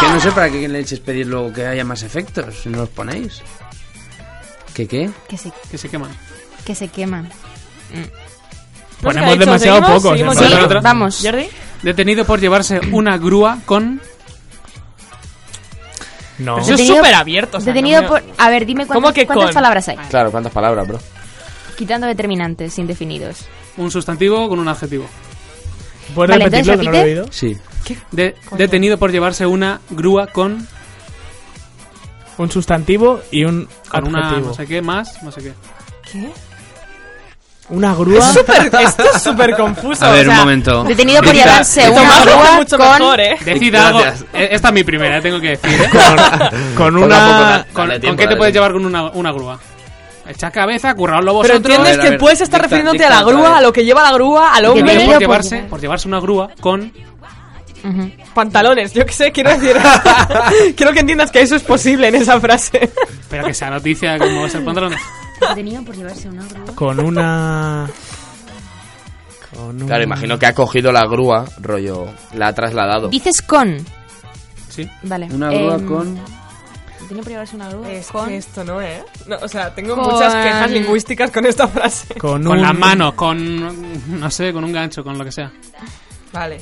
Que no sé para qué le eches pedir luego que haya más efectos, si no los ponéis. ¿Qué qué?
Que Pues se,
Que se queman.
que se queman.
No sé qué ha
Ponemos
dicho,
demasiado
¿seguimos?
pocos.
¿Seguimos?
¿eh?
Sí,
Para otra-
vamos.
Jordi,
Detenido por llevarse una grúa con...
No.
Yo
Detenido-
súper abierto. o sea,
Detenido
no me-
por. A ver, dime
¿Cómo
cuántas,
que
cuántas
con?
palabras hay.
Claro, ¿cuántas palabras, bro?
Quitando determinantes indefinidos.
Un sustantivo con un adjetivo.
¿Puedes
Vale, entonces
repetirlo que no lo he
repite.
oído?
Sí.
De- detenido por llevarse una grúa con,
Un sustantivo y un
con una
adjetivo.
no sé qué más, no sé qué.
¿Qué?
Una grúa.
Súper- esto es súper confuso.
A ver,
o
un
sea,
momento.
Detenido por
Grita-
llevarse una
Tomás lo hace
grúa
mucho
con.
mejor, ¿eh?
Decid algo.
Gracias.
Eh, Esta es mi primera, tengo que decir. ¿eh?
con, con
Poco a poco,
una.
dale, dale
¿Con, con
tiempo,
qué te
dale tiempo.
puedes llevar con una, una grúa? Echa cabeza, currarlo
Pero
vosotros.
entiendes
A ver, a
que
ver,
puedes estar
dicta-
refiriéndote
dicta
a la
otra
grúa,
vez.
a lo que lleva la grúa, al hombre,
Detenido
Detenido por
por
llevarse,
llevar.
por llevarse una grúa con
pantalones, yo qué sé, quiero decir. quiero que entiendas que eso es posible en esa frase.
Pero que sea noticia como es el pantalón.
Detenido por llevarse una grúa.
Con una. Con un-
Claro, imagino que ha cogido la grúa, rollo, la ha trasladado.
Dices con.
Sí.
Vale.
Una grúa
em,
con.
Detenido por llevarse una grúa
Es
con.
que esto no, ¿eh? No, o sea, tengo
Con-
muchas quejas lingüísticas con esta frase.
Con,
Con
un-
la mano, con. No sé, con un gancho, con lo que sea.
Vale.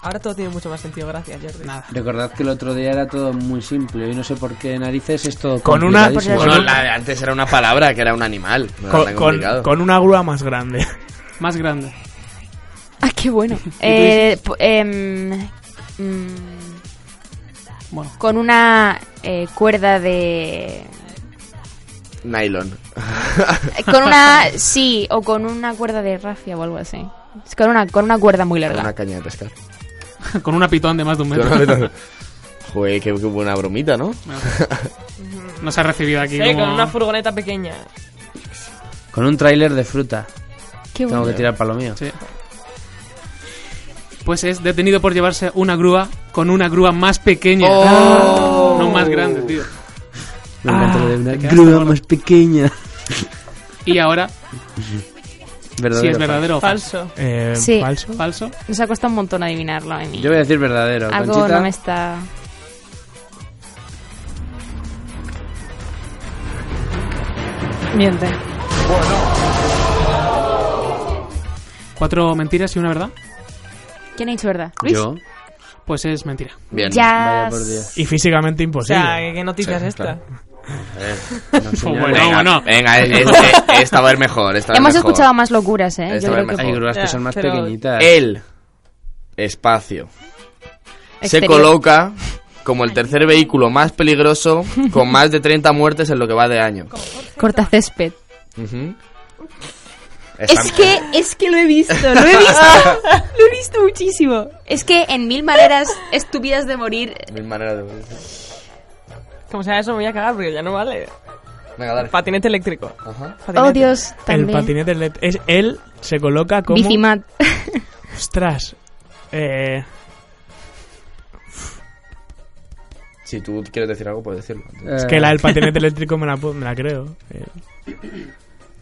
Ahora todo tiene mucho más sentido, gracias, Jordi.
Nada.
Recordad que el otro día era todo muy simple y no sé por qué narices es todo
Con una-
complicadísimo.
Bueno, la de antes era una palabra, que era un animal. No era
Con,
tan
con-
complicado.
con una grúa más grande.
Más grande.
Ah, qué bueno. Eh, po- em, mm,
Bueno.
con una eh, cuerda de.
Nylon.
Eh, Con una. Sí, o con una cuerda de rafia o algo así. Es Con una, con una cuerda muy larga.
Una caña de pescar.
Con una pitón de más de un
Con una
metro.
pitón. Joder, qué, qué buena bromita, ¿no?
Nos ha recibido aquí
Sí,
como...
con una furgoneta pequeña.
Con un tráiler de fruta.
Qué
Tengo
bueno.
que tirar para lo mío.
Pues es detenido por llevarse una grúa con una grúa más pequeña.
¡Oh!
Oh.
No más grande, tío.
Me encanta lo de una
te quedas
grúa más pequeña.
Y ahora, si es
o
verdadero o
falso.
Eh,
Sí.
Falso. Falso.
Em, Nos ha costado un montón adivinarlo a mí.
Yo voy a decir verdadero.
Algo
Conchita,
no me está.
Miente.
Cuatro mentiras y una verdad.
¿Quién ha dicho verdad? ¿Luis?
Pues es mentira.
Bien.
Ah,
Ya. Vaya por Dios.
Y físicamente
O
imposible.
sea, ¿qué noticia es esta?
Pues Bueno,
venga,
bueno.
Venga, es- es- esta va a ir mejor. Esta va a ir
Hemos
mejor.
escuchado más locuras, ¿eh?
Esta
Yo
va a
creo
ir
que
mejor.
Las que son más
pero-
pequeñitas.
El espacio se
Exterior.
coloca como el tercer vehículo más peligroso con más de 30 muertes en lo que va de año.
corta césped.
Ujú.
Es que, es que lo he visto, lo he visto, lo he visto muchísimo. Es que en mil maneras estúpidas de morir.
Mil maneras de
Como sea eso, me voy a cagar porque ya no vale.
Venga, dale.
Patinete eléctrico.
Oh Dios,
El
también.
patinete elect- es él se coloca como
Bicimat.
Ostras. Eh,
Si tú quieres decir algo, puedes decirlo.
Eh.
es que la del patinete eléctrico me la, pu- me la creo. Eh,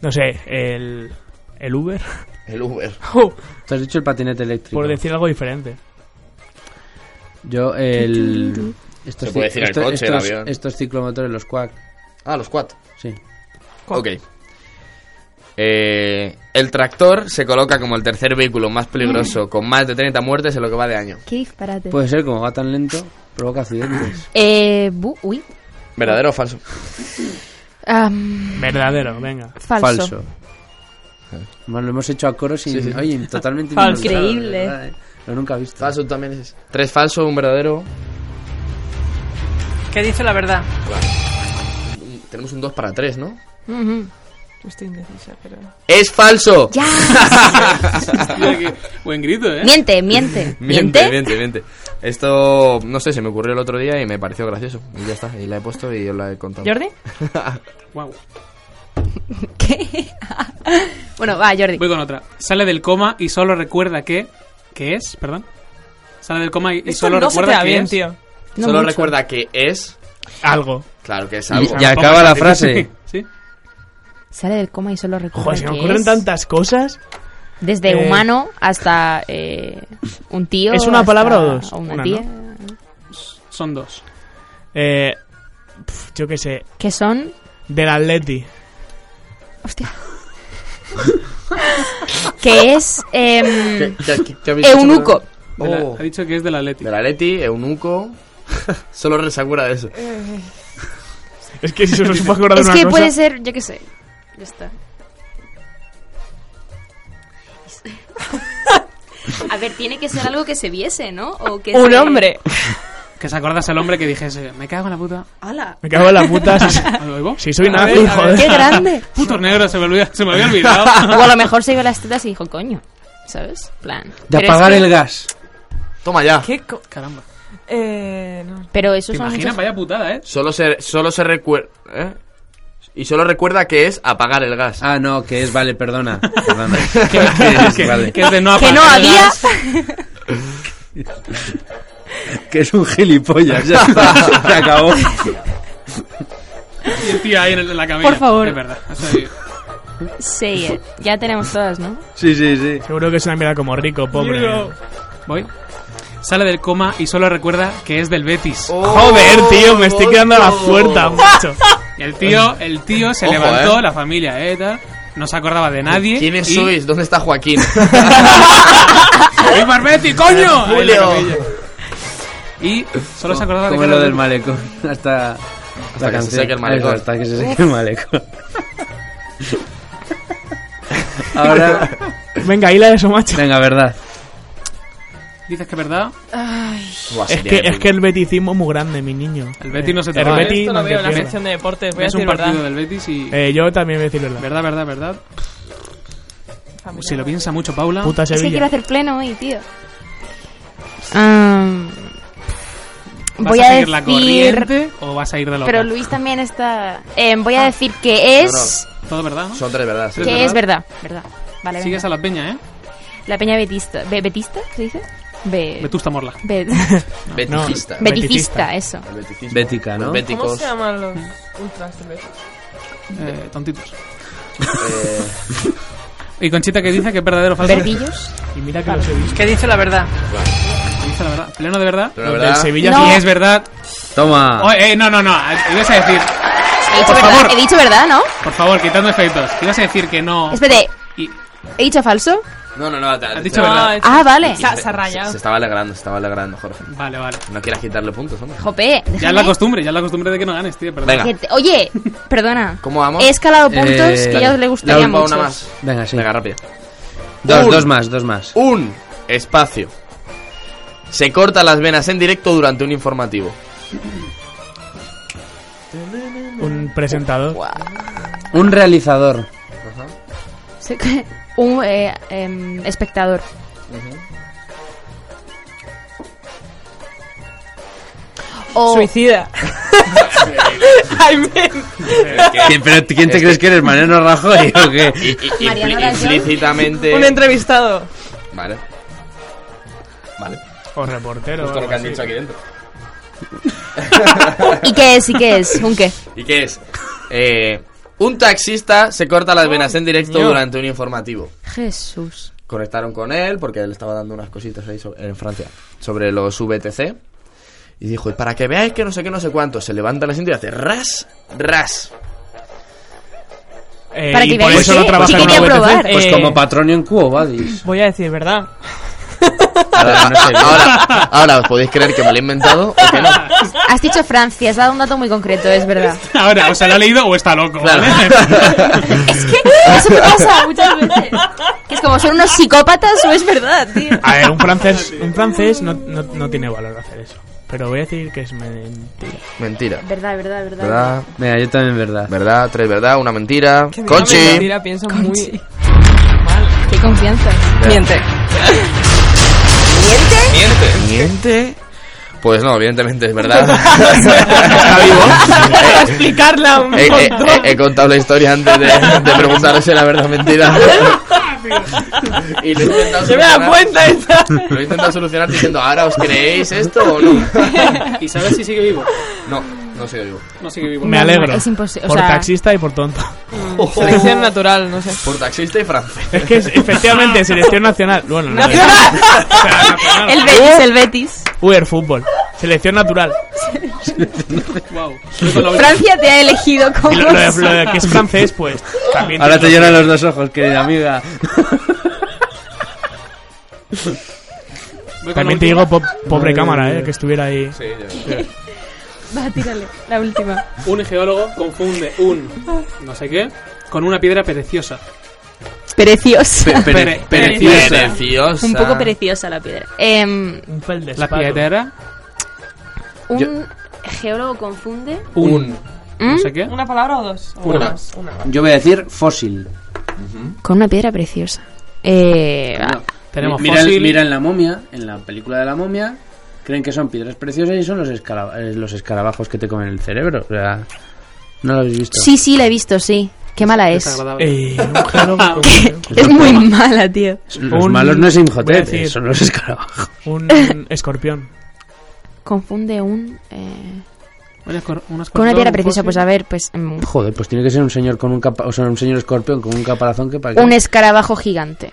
no sé, eh, el el Uber Oh.
El Uber.
Te has dicho el patinete eléctrico.
por decir algo diferente.
Yo, el. Estos,
Se puede
ci-
decir el
estos-
coche, el
estos-
avión.
estos ciclomotores, los quack.
Ah, los cuatro.
Sí.
Ok. Eh, el tractor se coloca como el tercer vehículo más
Mm.
peligroso con más de 30 muertes en lo que va de año.
Qué disparate.
Puede ser, como va tan lento, provoca accidentes.
Eh, bu- uy.
¿Verdadero o falso?
Am,
Verdadero, venga.
falso.
Bueno, lo hemos hecho a coros y,
Sí, sí.
oye, totalmente
Falso.
inusitado, de
Increíble.
verdad, ¿eh? Lo nunca he visto.
Falso también es. Tres falso, un verdadero.
¿Qué dice la verdad?
Tenemos un 2 para 3, ¿no?
Estoy indecisa, pero...
¡Es falso!
Ya.
Buen grito, ¿eh?
Miente, miente,
Miente,
miente.
miente, miente. Esto, no sé, se me ocurrió el otro día y me pareció gracioso. Y ya está, y la he puesto y yo la he contado.
¿Jordi?
Guau.
Bueno, va, Jordi.
Voy con otra. Sale del coma y solo recuerda que que es, perdón. Sale del coma y, y
Esto
solo
no se te
recuerda
da
que
bien,
es
tío.
No
Solo
mucho.
recuerda que es.
algo.
Claro que es
Y,
algo.
y acaba la frase.
Sí.
Sale del coma y solo recuerda
Joder, se me
que
ocurren
es
tantas cosas.
Desde
Eh,
humano hasta eh, un tío.
¿Es una
hasta
palabra o dos?
Una,
Una,
tía.
Son dos. Eh, pf, yo qué sé.
Que son.
Del Atleti.
Hostia. que es.
¿Qué-
em,
qué- qué- qué habéis dicho, perdón?
eunuco.
De la-
Oh.
ha dicho que es del Atleti.
De la Leti, Eunuco. Solo resagura de eso.
Eh,
Es que si no se puede acordar de
Es
una
que
cosa.
puede ser, yo qué sé. Ya está. A ver, tiene que ser algo que se viese, ¿no? O que
Un
se-
hombre.
Que se acordase al hombre que dijese, me cago en la puta.
¡Hala!
Me cago en la puta. si soy nazi, joder.
¡Qué grande!
Puto negro, se me, olvida- se me había olvidado.
O a lo mejor se iba a las tetas y dijo, coño. ¿Sabes? Plan.
De
Pero es
apagar
que-
el gas.
Toma ya.
¿Qué co-
Caramba.
Eh... No.
Pero eso
¿Te
es
imaginas? Vaya putada, ¿eh?
Solo se, solo se recuerda. Y solo recuerda que es apagar el gas.
Ah, no, que es, vale, perdona. perdona.
Que, que- que-
Vale.
que es de no
Que no
apagar
había.
las-
que es un gilipollas. Ya está. Se acabó.
Y el tío ahí en la cabina.
Por favor.
Es verdad. o sea,
Sí, eh, ya tenemos todas, ¿no?
Sí, sí, sí.
Seguro que es una mierda como rico, pobre. Voy. Sale del coma y solo recuerda que es del Betis. Oh, Joder, tío, me estoy quedando a la
oh.
puerta, mucho. El tío, el tío se
Ojo,
levantó,
eh.
la familia, eh, tal. No se acordaba de nadie.
¿Quiénes
y-
sois? ¿Dónde está Joaquín?
¡Voy para el Betis, coño! Ahí en la
Julio.
capilla. Y solo se acordaba de
Como
que
lo
era
del malecón. Hasta, la
que se
canción.
seque el malecón.
Eso, hasta que se seque el malecón. Ahora,
Venga, hila eso, macho.
venga, verdad.
¿Dices que es verdad?
Buah,
Es
Eh,
sería
que,
épico.
es que el beticismo es muy grande, mi niño.
El Betis
Eh,
no se
El
trabaja.
Betis
Esto
no
lo veo
se
en la
pierde.
sección de deportes, voy a es un decir partido verdad. del Betis y...
Eh, yo también voy a decir verdad.
Verdad, verdad, verdad. Se lo piensa mucho, Paula.
Puta
Es que quiero
Sevilla.
hacer pleno hoy, tío. Ah,
¿Vas
voy
a
a
seguir la
decir...
corriente o vas a ir de Ah. loco?
Pero Luis también está... Eh, voy a decir que es...
Todo verdad, ¿no?
Son tres verdades.
Que es verdad. Verdad. Vale, venga.
Sigues a la peña, ¿eh?
La peña betista. ¿Be- ¿Betista se dice? Be-
Vetusta Morla.
Eh, be-
Beticista.
Beticista, eso.
Beticismo.
Bética, ¿no?
Los
¿Cómo
Béticos.
se llaman los ultras del Betis?
Eh, tontitos.
eh,
Y Conchita que dice que es verdadero o falso.
¿Verdillos?
Y mira que los he visto.
¿Qué dice la verdad?
Dice la verdad. Pleno de verdad.
pero la
Del
verdad.
Sevilla
No.
sí
Y es verdad.
Toma.
Oh, eh, no, no, no. Ibas a decir,
He dicho,
Por
verdad,
favor.
he dicho verdad, ¿no?
por favor, quitando efectos. Ibas a decir que no.
Espérate,
Y-
¿he dicho falso?
No, no, no. te-
Has
te-
dicho
te-
verdad.
Ah, vale.
Se, se ha rayado.
Se, se estaba alegrando, se estaba alegrando, Jorge.
Vale, vale.
No quieras quitarle puntos, hombre.
Jope,
Ya es la
déjame.
costumbre, ya es la costumbre de que no ganes, tío. Perdón.
Venga.
que te- Oye, perdona.
¿Cómo vamos?
He escalado puntos
Eh,
que ya os le gustaría
Laura,
mucho.
una más.
Venga, sí.
Venga, rápido.
Dos,
Un-
dos más, dos más.
Un espacio. Se corta las venas en directo durante un informativo.
Un presentador.
Un realizador.
Sí, que- Un eh, em, espectador. O
Suicida. Jaime.
¿Quién, pero ¿quién te crees que eres, Mariano Rajoy o qué?
I- i-
Mariano
impli-
Rajoy.
implícitamente.
Un entrevistado.
Vale. Vale.
O reportero.
Justo lo que han
sí.
dicho aquí dentro.
¿Y qué es? ¿Y qué es? ¿Un qué?
¿Y qué es? Eh, un taxista se corta las venas en directo durante un informativo.
Jesús.
Conectaron con él porque él estaba dando unas cositas ahí sobre- en Francia sobre los VTC. Y dijo, y para que veáis que no sé qué, no sé cuánto, se levanta el asiento y hace ras, ras.
Eh,
Para que
y por
veáis,
eso
sí,
no trabaja
sí
en
quería
una VTC.
probar.
Pues
Eh.
como Patronium Quo Vadis.
Voy a decir verdad.
Ahora, ahora, ahora, ¿os podéis creer que me lo he inventado o que no?
Has dicho Francia, has dado un dato muy concreto, es verdad.
Ahora, o sea, lo ha leído o está loco,
Claro.
¿vale?
Es que eso me pasa muchas veces. Que es como son unos psicópatas o es verdad, tío.
A ver, un francés, un francés no, no, no tiene valor hacer eso. Pero voy a decir que es mentira.
Mentira.
Verdad, verdad, verdad.
¿Verdad?
Mira, yo también, verdad.
¿Verdad? Tres verdad, una mentira.
Que mi
Conchi.
mentira pienso muy.
Qué confianza.
Miente.
Miente. Miente. Pues no, evidentemente es verdad. ¿Está vivo?
Para explicarla un
He, he-
montón.
he- he contado la historia antes de, de preguntaros si era verdad o mentira. y lo he intentado
Se me da
solucionar-
cuenta esta.
Lo he intentado solucionar diciendo, ¿ahora os creéis esto o no?
¿Y sabes si sigue vivo?
no, no sé vivo.
No sigue vivo.
Me alegro.
es imposible, o
Por
sea-
taxista y por tonto. mm,
Mm.
Selección natural, no sé.
Por taxista y francés.
Es que es, efectivamente, selección nacional. Bueno, no,
El Betis, el Betis.
Uber fútbol. Selección natural.
Wow.
Francia te ha elegido como.
Y lo, lo de- lo de que es francés, pues también.
Ahora te
tiene
llenan los dos ojos, querida amiga.
razón. También te digo, po- pobre cámara, eh, que estuviera ahí.
Va, tírale, la última.
Un geólogo confunde un no sé qué con una piedra preciosa.
Pereciosa.
Pere-
Preciosa.
pereciosa.
Un poco pereciosa la piedra. Em,
Un pel de
La piedra,
un
Yo-
geólogo confunde.
un
¿Mm?
no sé qué.
¿Una palabra o dos?
Una.
Dos, Una.
Yo voy a decir fósil.
Con una piedra preciosa. Eh, ah,
Tenemos
mira,
fósil.
mira en la momia, en la película de la momia, creen que son piedras preciosas y son los, escala- eh, los escarabajos que te comen el cerebro. O sea, no lo habéis visto.
sí, sí, la he visto, sí. Qué mala es.
Desagradable.
Eh, un geólogo.
Es muy mala, tío.
Los
Un-
malos no es
voy a
Imhotep,
decir-
son los escarabajos.
Un escorpión.
Confunde un. eh,
Un escor- un
con una
escorpión,
piedra
un
preciosa,
fósil.
pues a ver, pues. mm,
Joder, pues tiene que ser un señor con un capa o sea, un señor escorpión con un caparazón que para qué?
Un escarabajo gigante.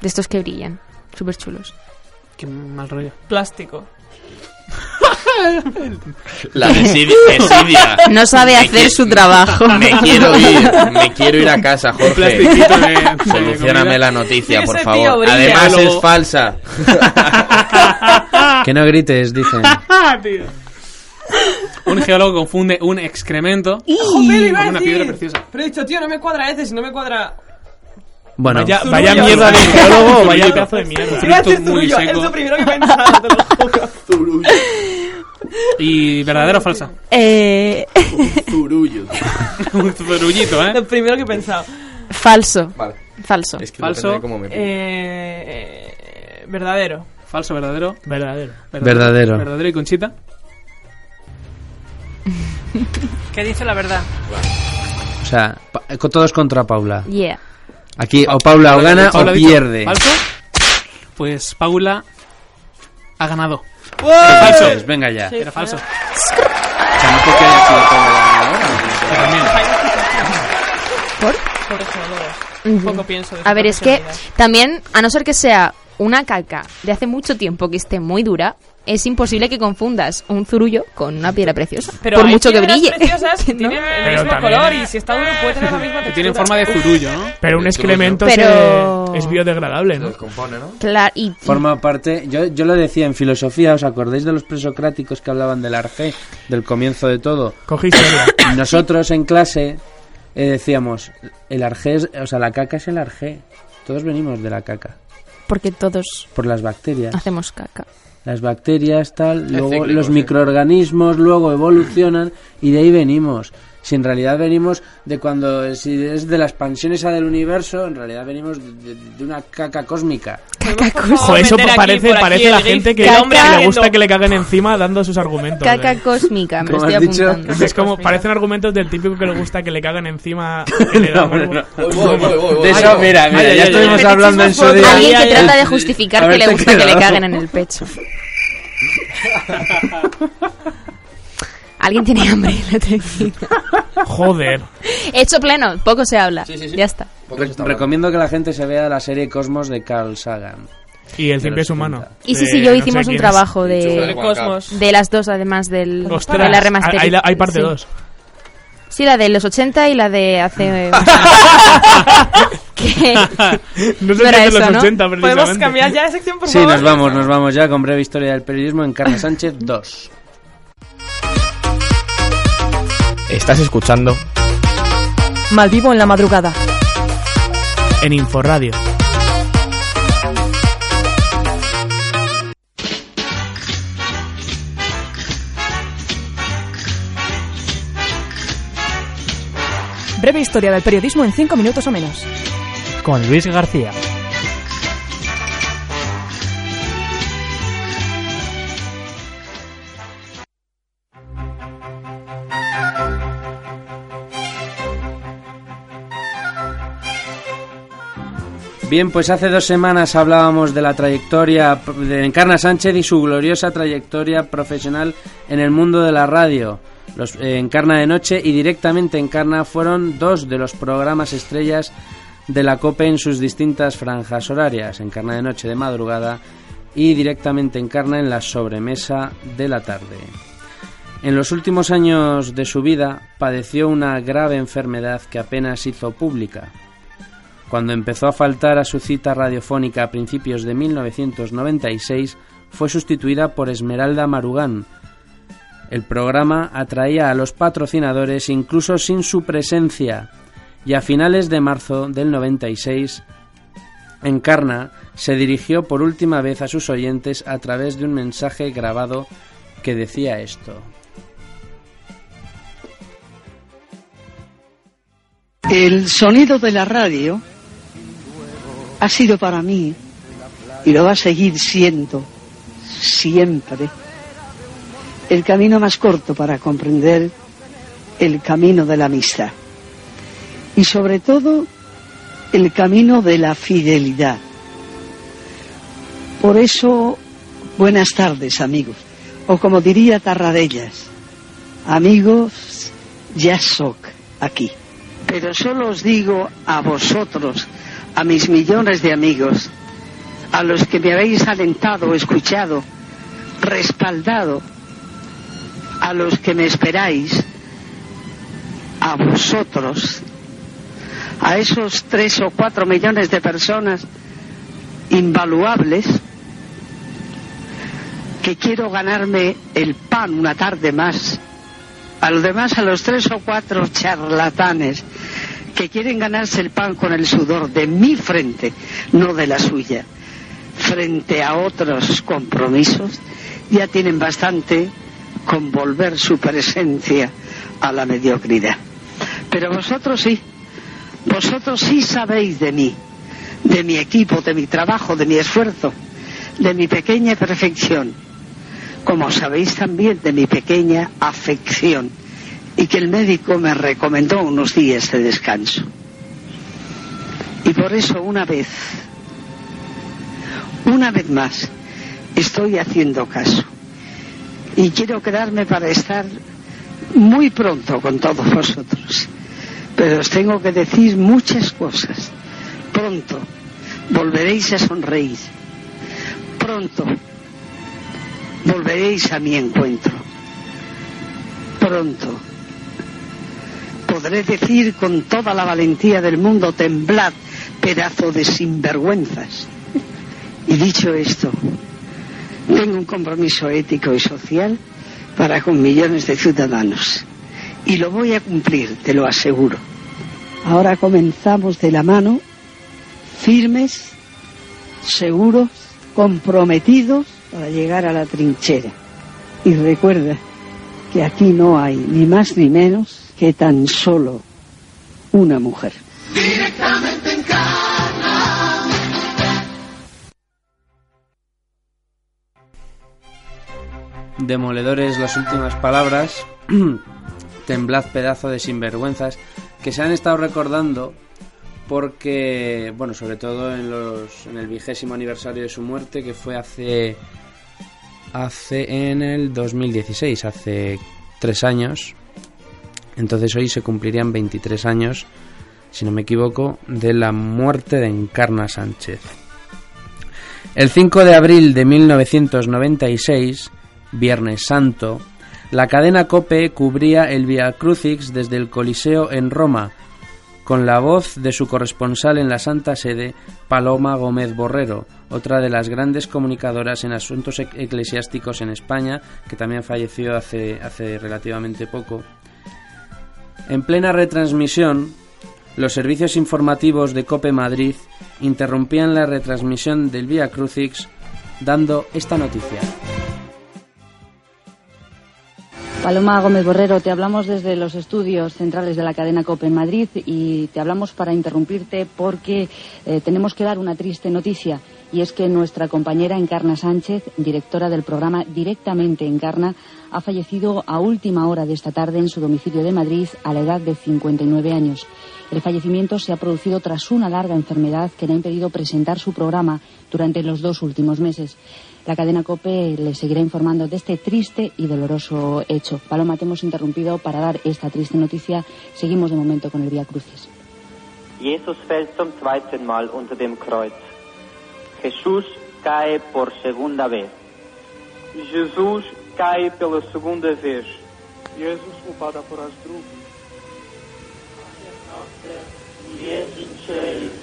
De estos que brillan. Súper chulos.
Qué mal rollo.
Plástico.
La desidia. desidia.
No sabe hacer su trabajo.
Me quiero ir, me quiero ir a casa, Jorge.
Plastiquito de- de
Solucioname
comida.
la noticia,
Ese
por
tío
favor.
brilla.
Además
Luego-
es falsa.
Que no grites, dicen.
Ah,
Un geólogo confunde un excremento
¡Joder, iba a
con una
decir!
piedra preciosa.
eh, Pero he dicho, tío, no me cuadra ese, si no me cuadra.
Bueno.
Vaya- vaya mierda de geólogo, vaya pedazo de mierda.
Era
Tú
Zurullo,
muy
es
seco.
lo primero que he pensado, te lo juro. ¿Y verdadera o falsa?
Eh,
Zurullo.
Un zurullito, ¿eh?
Lo primero que he pensado.
falso.
Vale.
Falso.
Es que
Falso.
depende de cómo me ponga.
Eh, verdadero.
Falso, verdadero.
Verdadero.
Verdadero.
Verdadero y Conchita.
¿Qué dice la verdad?
O sea, pa- eh, todos contra Paula.
Yeah.
Aquí o Paula o gana
Paula
o
ha dicho
pierde.
Falso. Pues Paula ha ganado.
Falso. Venga ya.
Era falso.
O sea, no porque haya sido Paula la ganadora.
Sobre geólogos.
Ujú.
Poco pienso de su
A ver, es que
profesionalidad.
también, a no ser que sea una calca de hace mucho tiempo que esté muy dura, es imposible que confundas un zurullo con una piedra preciosa.
Pero
por
hay
mucho que
piedras
brille.
preciosas que tienen el
Pero
mismo
también-
color y si está duro puede tener la misma textura.
Que tiene forma de zurullo, ¿no?
Pero un excremento
Pero-
se- es biodegradable, ¿no?
Descompone, ¿no?
Claro, y,
Forma parte, yo, yo lo decía en filosofía, ¿os acordáis de los presocráticos que hablaban del arjé, del comienzo de todo?
Cogí historia.
Nosotros en clase eh, decíamos, el arjé es, o sea, la caca es el arjé. Todos venimos de la caca,
porque todos
por las bacterias.
hacemos caca.
Las bacterias, tal, luego
cíclico,
los
sí.
microorganismos, luego evolucionan y de ahí venimos. Si en realidad venimos de cuando, si es de la expansión esa del universo, en realidad venimos de- de una caca cósmica.
Caca
Podemos
cósmica.
Joder, eso
meter aquí,
parece,
por aquí,
parece la
el gif
gente que,
del
que
hombre
le gusta
haciendo-
que le caguen encima dando sus argumentos. ¿eh?
Caca cósmica, me lo
Como
estoy
has dicho,
apuntando.
Es como, parecen argumentos del típico que le gusta que le cagan encima. que le dan algo.
Voy, voy, voy, voy,
De
voy.
eso, mira, mira,
ay,
ya
ay,
estuvimos
ay.
hablando en su día.
Alguien que
ya,
trata
ya.
de justificar que
Haberte
le gusta que le
quedado.
caguen en el pecho. Alguien tiene hambre, lo tengo aquí.
Joder.
Hecho pleno, poco se habla.
Sí, sí, sí.
Ya está.
Poco se
Re-
Pues está hablando.
recomiendo que la gente se vea la serie Cosmos de Carl Sagan.
Y el
De
simple
los
es humano.
70.
Y sí,
De
sí, yo
no sé
hicimos un
quién es.
trabajo
Sobre
de,
el
Cosmos.
de las dos, además del,
Ostras,
de la
hay,
remasterización.
hay la- hay parte 2.
Sí, la de los 80 y la de hace... eh, que,
No
Pero
sé si es de
eso,
los
¿no?
80, precisamente.
Podemos cambiar ya de sección, por
Sí,
favor.
nos vamos, nos vamos ya con breve historia del periodismo en Carlos Sánchez 2.
Estás escuchando
Malvivo en la madrugada.
En Inforradio.
Breve historia del periodismo en 5 minutos o menos.
Con Luis García.
Bien, pues hace dos semanas hablábamos de la trayectoria p- de Encarna Sánchez y su gloriosa trayectoria profesional en el mundo de la radio. Los eh, Encarna de Noche y directamente Encarna fueron dos de los programas estrellas de la COPE en sus distintas franjas horarias. Encarna de Noche de madrugada y directamente Encarna en la sobremesa de la tarde. En los últimos años de su vida padeció una grave enfermedad que apenas hizo pública. Cuando empezó a faltar a su cita radiofónica a principios de 1996, fue sustituida por Esmeralda Marugán. El programa atraía a los patrocinadores incluso sin su presencia, y a finales de marzo del 96, Encarna se dirigió por última vez a sus oyentes a través de un mensaje grabado que decía esto.
El sonido de la radio ha sido para mí y lo va a seguir siendo siempre el camino más corto para comprender el camino de la amistad y sobre todo el camino de la fidelidad. Por eso, buenas tardes amigos, o como diría Tarradellas, amigos, ya soc aquí. Pero solo os digo a vosotros, a mis millones de amigos, a los que me habéis alentado, escuchado, respaldado, a los que me esperáis, a vosotros, a esos tres o cuatro millones de personas invaluables, que quiero ganarme el pan una tarde más a los demás, a los tres o cuatro charlatanes que quieren ganarse el pan con el sudor de mi frente, no de la suya, frente a otros compromisos, ya tienen bastante con volver su presencia a la mediocridad. Pero vosotros sí, vosotros sí sabéis de mí, de mi equipo, de mi trabajo, de mi esfuerzo, de mi pequeña perfección, como sabéis también de mi pequeña afección y que el médico me recomendó unos días de descanso. Y por eso una vez, una vez más, estoy haciendo caso. Y quiero quedarme para estar muy pronto con todos vosotros. Pero os tengo que decir muchas cosas. Pronto volveréis a sonreír. Pronto volveréis a mi encuentro. Pronto podré decir con toda la valentía del mundo, temblad, pedazo de sinvergüenzas. Y dicho esto, tengo un compromiso ético y social para con millones de ciudadanos. Y lo voy a cumplir, te lo aseguro. Ahora comenzamos de la mano, firmes, seguros, comprometidos para llegar a la trinchera. Y recuerda que aquí no hay ni más ni menos que tan solo una mujer.
Directamente en Cana.
Demoledores, las últimas palabras. Temblad pedazo de sinvergüenzas que se han estado recordando porque, bueno, sobre todo en, los, en el vigésimo aniversario de su muerte que fue hace, hace en el 2016, hace tres años. Entonces hoy se cumplirían 23 años, si no me equivoco, de la muerte de Encarna Sánchez. El 5 de abril de 1996, Viernes Santo, la cadena Cope cubría el Via Crucix desde el Coliseo en Roma, con la voz de su corresponsal en la Santa Sede, Paloma Gómez Borrero, otra de las grandes comunicadoras en asuntos ec- eclesiásticos en España, que también falleció hace, hace relativamente poco. En plena retransmisión, los servicios informativos de Cope Madrid interrumpían la retransmisión del Vía Crucix dando esta noticia.
Paloma Gómez Borrero, te hablamos desde los estudios centrales de la cadena COPE en Madrid y te hablamos para interrumpirte porque eh, tenemos que dar una triste noticia y es que nuestra compañera Encarna Sánchez, directora del programa Directamente Encarna, ha fallecido a última hora de esta tarde en su domicilio de Madrid a la edad de 59 años. El fallecimiento se ha producido tras una larga enfermedad que le ha impedido presentar su programa durante los dos últimos meses. La cadena COPE le seguirá informando de este triste y doloroso hecho. Paloma, te hemos interrumpido para dar esta triste noticia. Seguimos de momento con el Vía Crucis.
Jesus fällt zum zweiten Mal unter dem Kreuz. Jesús cae por segunda vez.
Jesus cai pela segunda vez. Jesus upada por as drupas.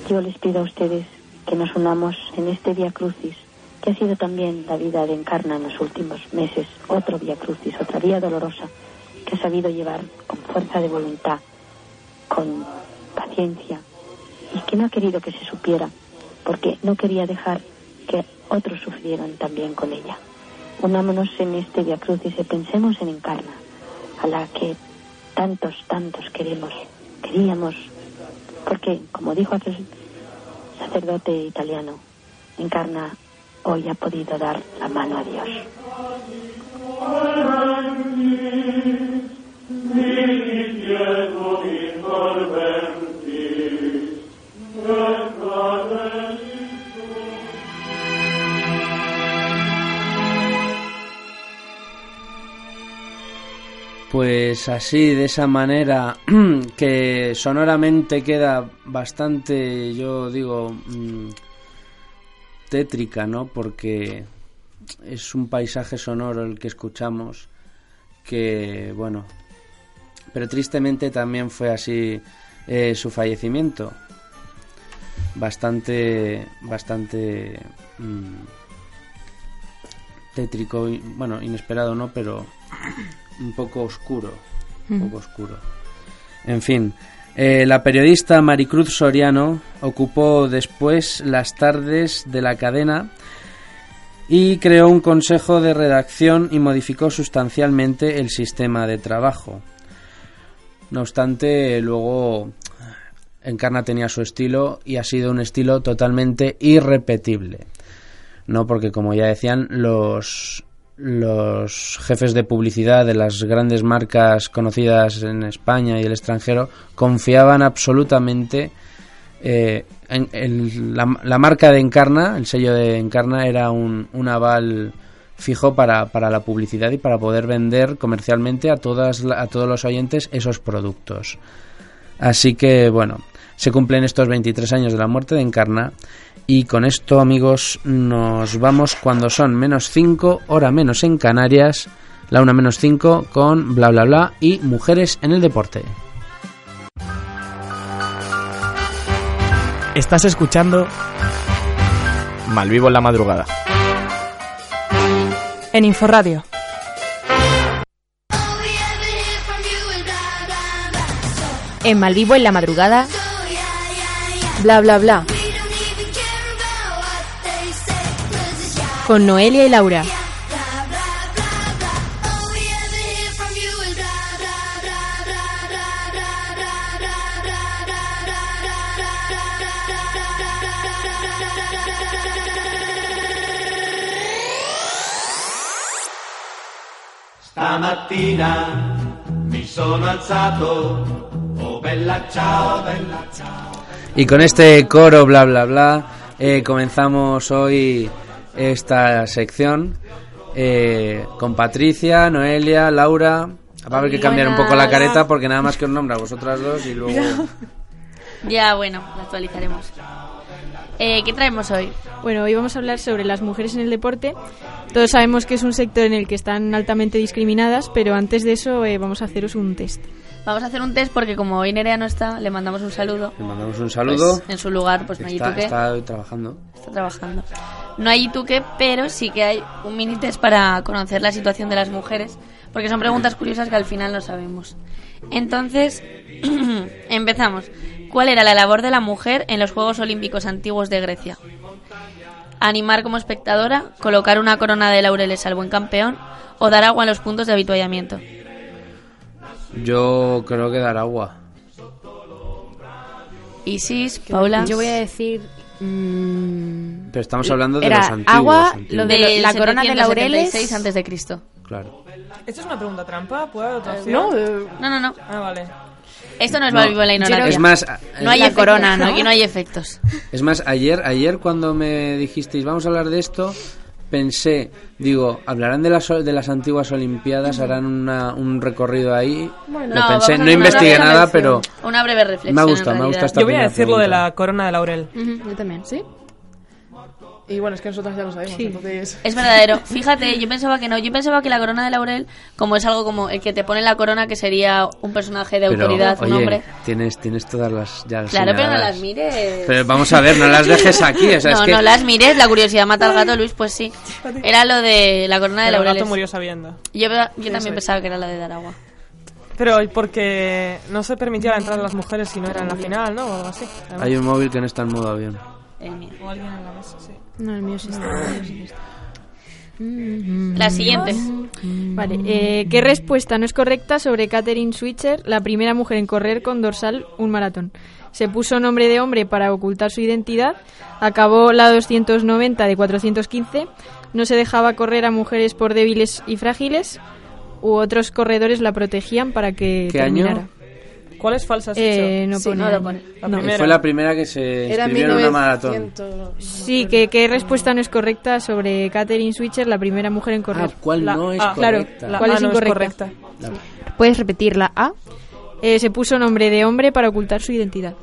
Yo les pido a ustedes que nos unamos en este Via Crucis, que ha sido también la vida de Encarna en los últimos meses, otro Via Crucis, otra vía dolorosa, que ha sabido llevar con fuerza de voluntad, con paciencia, y que no ha querido que se supiera, porque no quería dejar que otros sufrieran también con ella. Unámonos en este Via Crucis y pensemos en Encarna, a la que tantos, tantos queremos, queríamos, porque, como dijo aquel sacerdote italiano, Encarna hoy ha podido dar la mano a Dios.
Pues así, de esa manera, que sonoramente queda bastante, yo digo, mm, tétrica, ¿no? Porque es un paisaje sonoro el que escuchamos, que, bueno, pero tristemente también fue así eh, su fallecimiento. Bastante, bastante mm, tétrico, y, bueno, inesperado, ¿no? Pero un poco oscuro. Un
Mm.
poco oscuro. En fin, Eh, la periodista Maricruz Soriano ocupó después las tardes de la cadena y creó un consejo de redacción y modificó sustancialmente el sistema de trabajo. No obstante, luego Encarna tenía su estilo y ha sido un estilo totalmente irrepetible. No porque, como ya decían, los, los jefes de publicidad de las grandes marcas conocidas en España y el extranjero confiaban absolutamente eh, en, en la, la marca de Encarna, el sello de Encarna era un, un aval fijo para, para la publicidad y para poder vender comercialmente a, todas, la- a todos los oyentes esos productos. Así que bueno, se cumplen estos 23 años de la muerte de Encarna y con esto amigos nos vamos cuando son menos 5, hora menos en Canarias, la 1 menos 5 con bla bla bla y mujeres en el deporte.
Estás escuchando
Malvivo en la madrugada.
En Inforradio.
En Malvivo en la madrugada. Bla bla bla. Con Noelia y Laura.
Stamattina mi sono alzato. Oh bella ciao, bella ciao.
Y con este coro bla bla bla eh, comenzamos hoy esta sección eh, con Patricia, Noelia, Laura. Va a haber que cambiar un poco la
Buenas.
careta porque nada más que os nombra a vosotras dos y luego...
Ya, bueno, la actualizaremos. Eh, ¿Qué traemos hoy?
Bueno, hoy vamos a hablar sobre las mujeres en el deporte. Todos sabemos que es un sector en el que están altamente discriminadas, pero antes de eso eh, vamos a haceros un test.
Vamos a hacer un test porque como hoy Nerea no está, le mandamos un saludo.
Le mandamos un saludo.
Pues, en su lugar, pues no hay
está,
tú que
está hoy trabajando.
está trabajando. No hay que pero sí que hay un mini test para conocer la situación de las mujeres, porque son preguntas curiosas que al final no sabemos. Entonces, empezamos. ¿Cuál era la labor de la mujer en los Juegos Olímpicos antiguos de Grecia? Animar como espectadora, colocar una corona de laureles al buen campeón o dar agua en los puntos de avituallamiento.
Yo creo que dar agua.
Isis, Paula.
Yo voy a decir. mm,
Pero estamos hablando de
Era
los antiguos.
agua,
antiguos.
lo de lo- la corona de laureles.
776 antes de Cristo.
Claro.
¿Esto es una pregunta trampa? ¿Puedo dar otra
Eh,
opción?
no,
no,
no, no.
Ah, vale.
Esto no es
No,
Malvivo en la
yo creo
ignorancia.
que- Es más,
no
eh,
hay
La
efectos,
corona, ¿no?
Aquí no hay efectos.
Es más, ayer, ayer cuando me dijisteis, vamos a hablar de esto, pensé, digo, hablarán de las, o- de las antiguas Olimpiadas, harán una- un recorrido ahí.
Bueno,
lo
no,
pensé,
vamos a
no
hacer una
investigué
breve
nada, pero...
reflexión. Una breve reflexión,
Me ha gustado,
en
me ha gustado
realidad.
esta
Yo voy a
primera
decir lo de
pregunta.
la corona de laurel.
yo también, ¿sí?
Y bueno, es que nosotras ya lo sabemos, entonces...
Es verdadero. Fíjate, yo pensaba que no. Yo pensaba que la corona de laurel, como es algo como el que te pone la corona, que sería un personaje de
Pero,
autoridad,
oye,
un hombre.
Tienes, tienes todas las ya
Claro, pero no
señaladas.
las mires.
Pero vamos a ver, no las dejes aquí. O sea,
no,
es que
no las mires. La curiosidad mata al gato, Luis, pues sí. Era lo de la corona de
Pero el
laureles.
gato murió sabiendo.
Yo, yo
Eso
también
es.
pensaba que era la de dar agua.
Pero porque no se permitía la entrada de las mujeres si no era en la final, ¿no? O algo así. Además.
Hay un móvil que no está en modo avión.
O alguien en la mesa, sí.
No, el mío sí está. el mío sí que está.
La siguiente.
Vale, eh, ¿qué respuesta no es correcta sobre Katherine Switzer, la primera mujer en correr con dorsal un maratón? Se puso nombre de hombre para ocultar su identidad, acabó la 290 de 415, no se dejaba correr a mujeres por débiles y frágiles, u otros corredores la protegían para que
¿Qué año?
terminara.
¿Cuál es falsa? has
Eh,
dicho?
no pone año.
La
No.
primera.
Eh, Fue la primera que se
Era
inscribió en una maratón.
Sí, que qué respuesta no es correcta sobre Katherine Switzer, la primera mujer en correr.
Ah, ¿cuál
La
no es
A.
correcta?
Claro,
La
¿cuál
A
es
no es
incorrecta?
La-
¿Puedes repetir la A? Eh, se puso nombre de hombre para ocultar su identidad.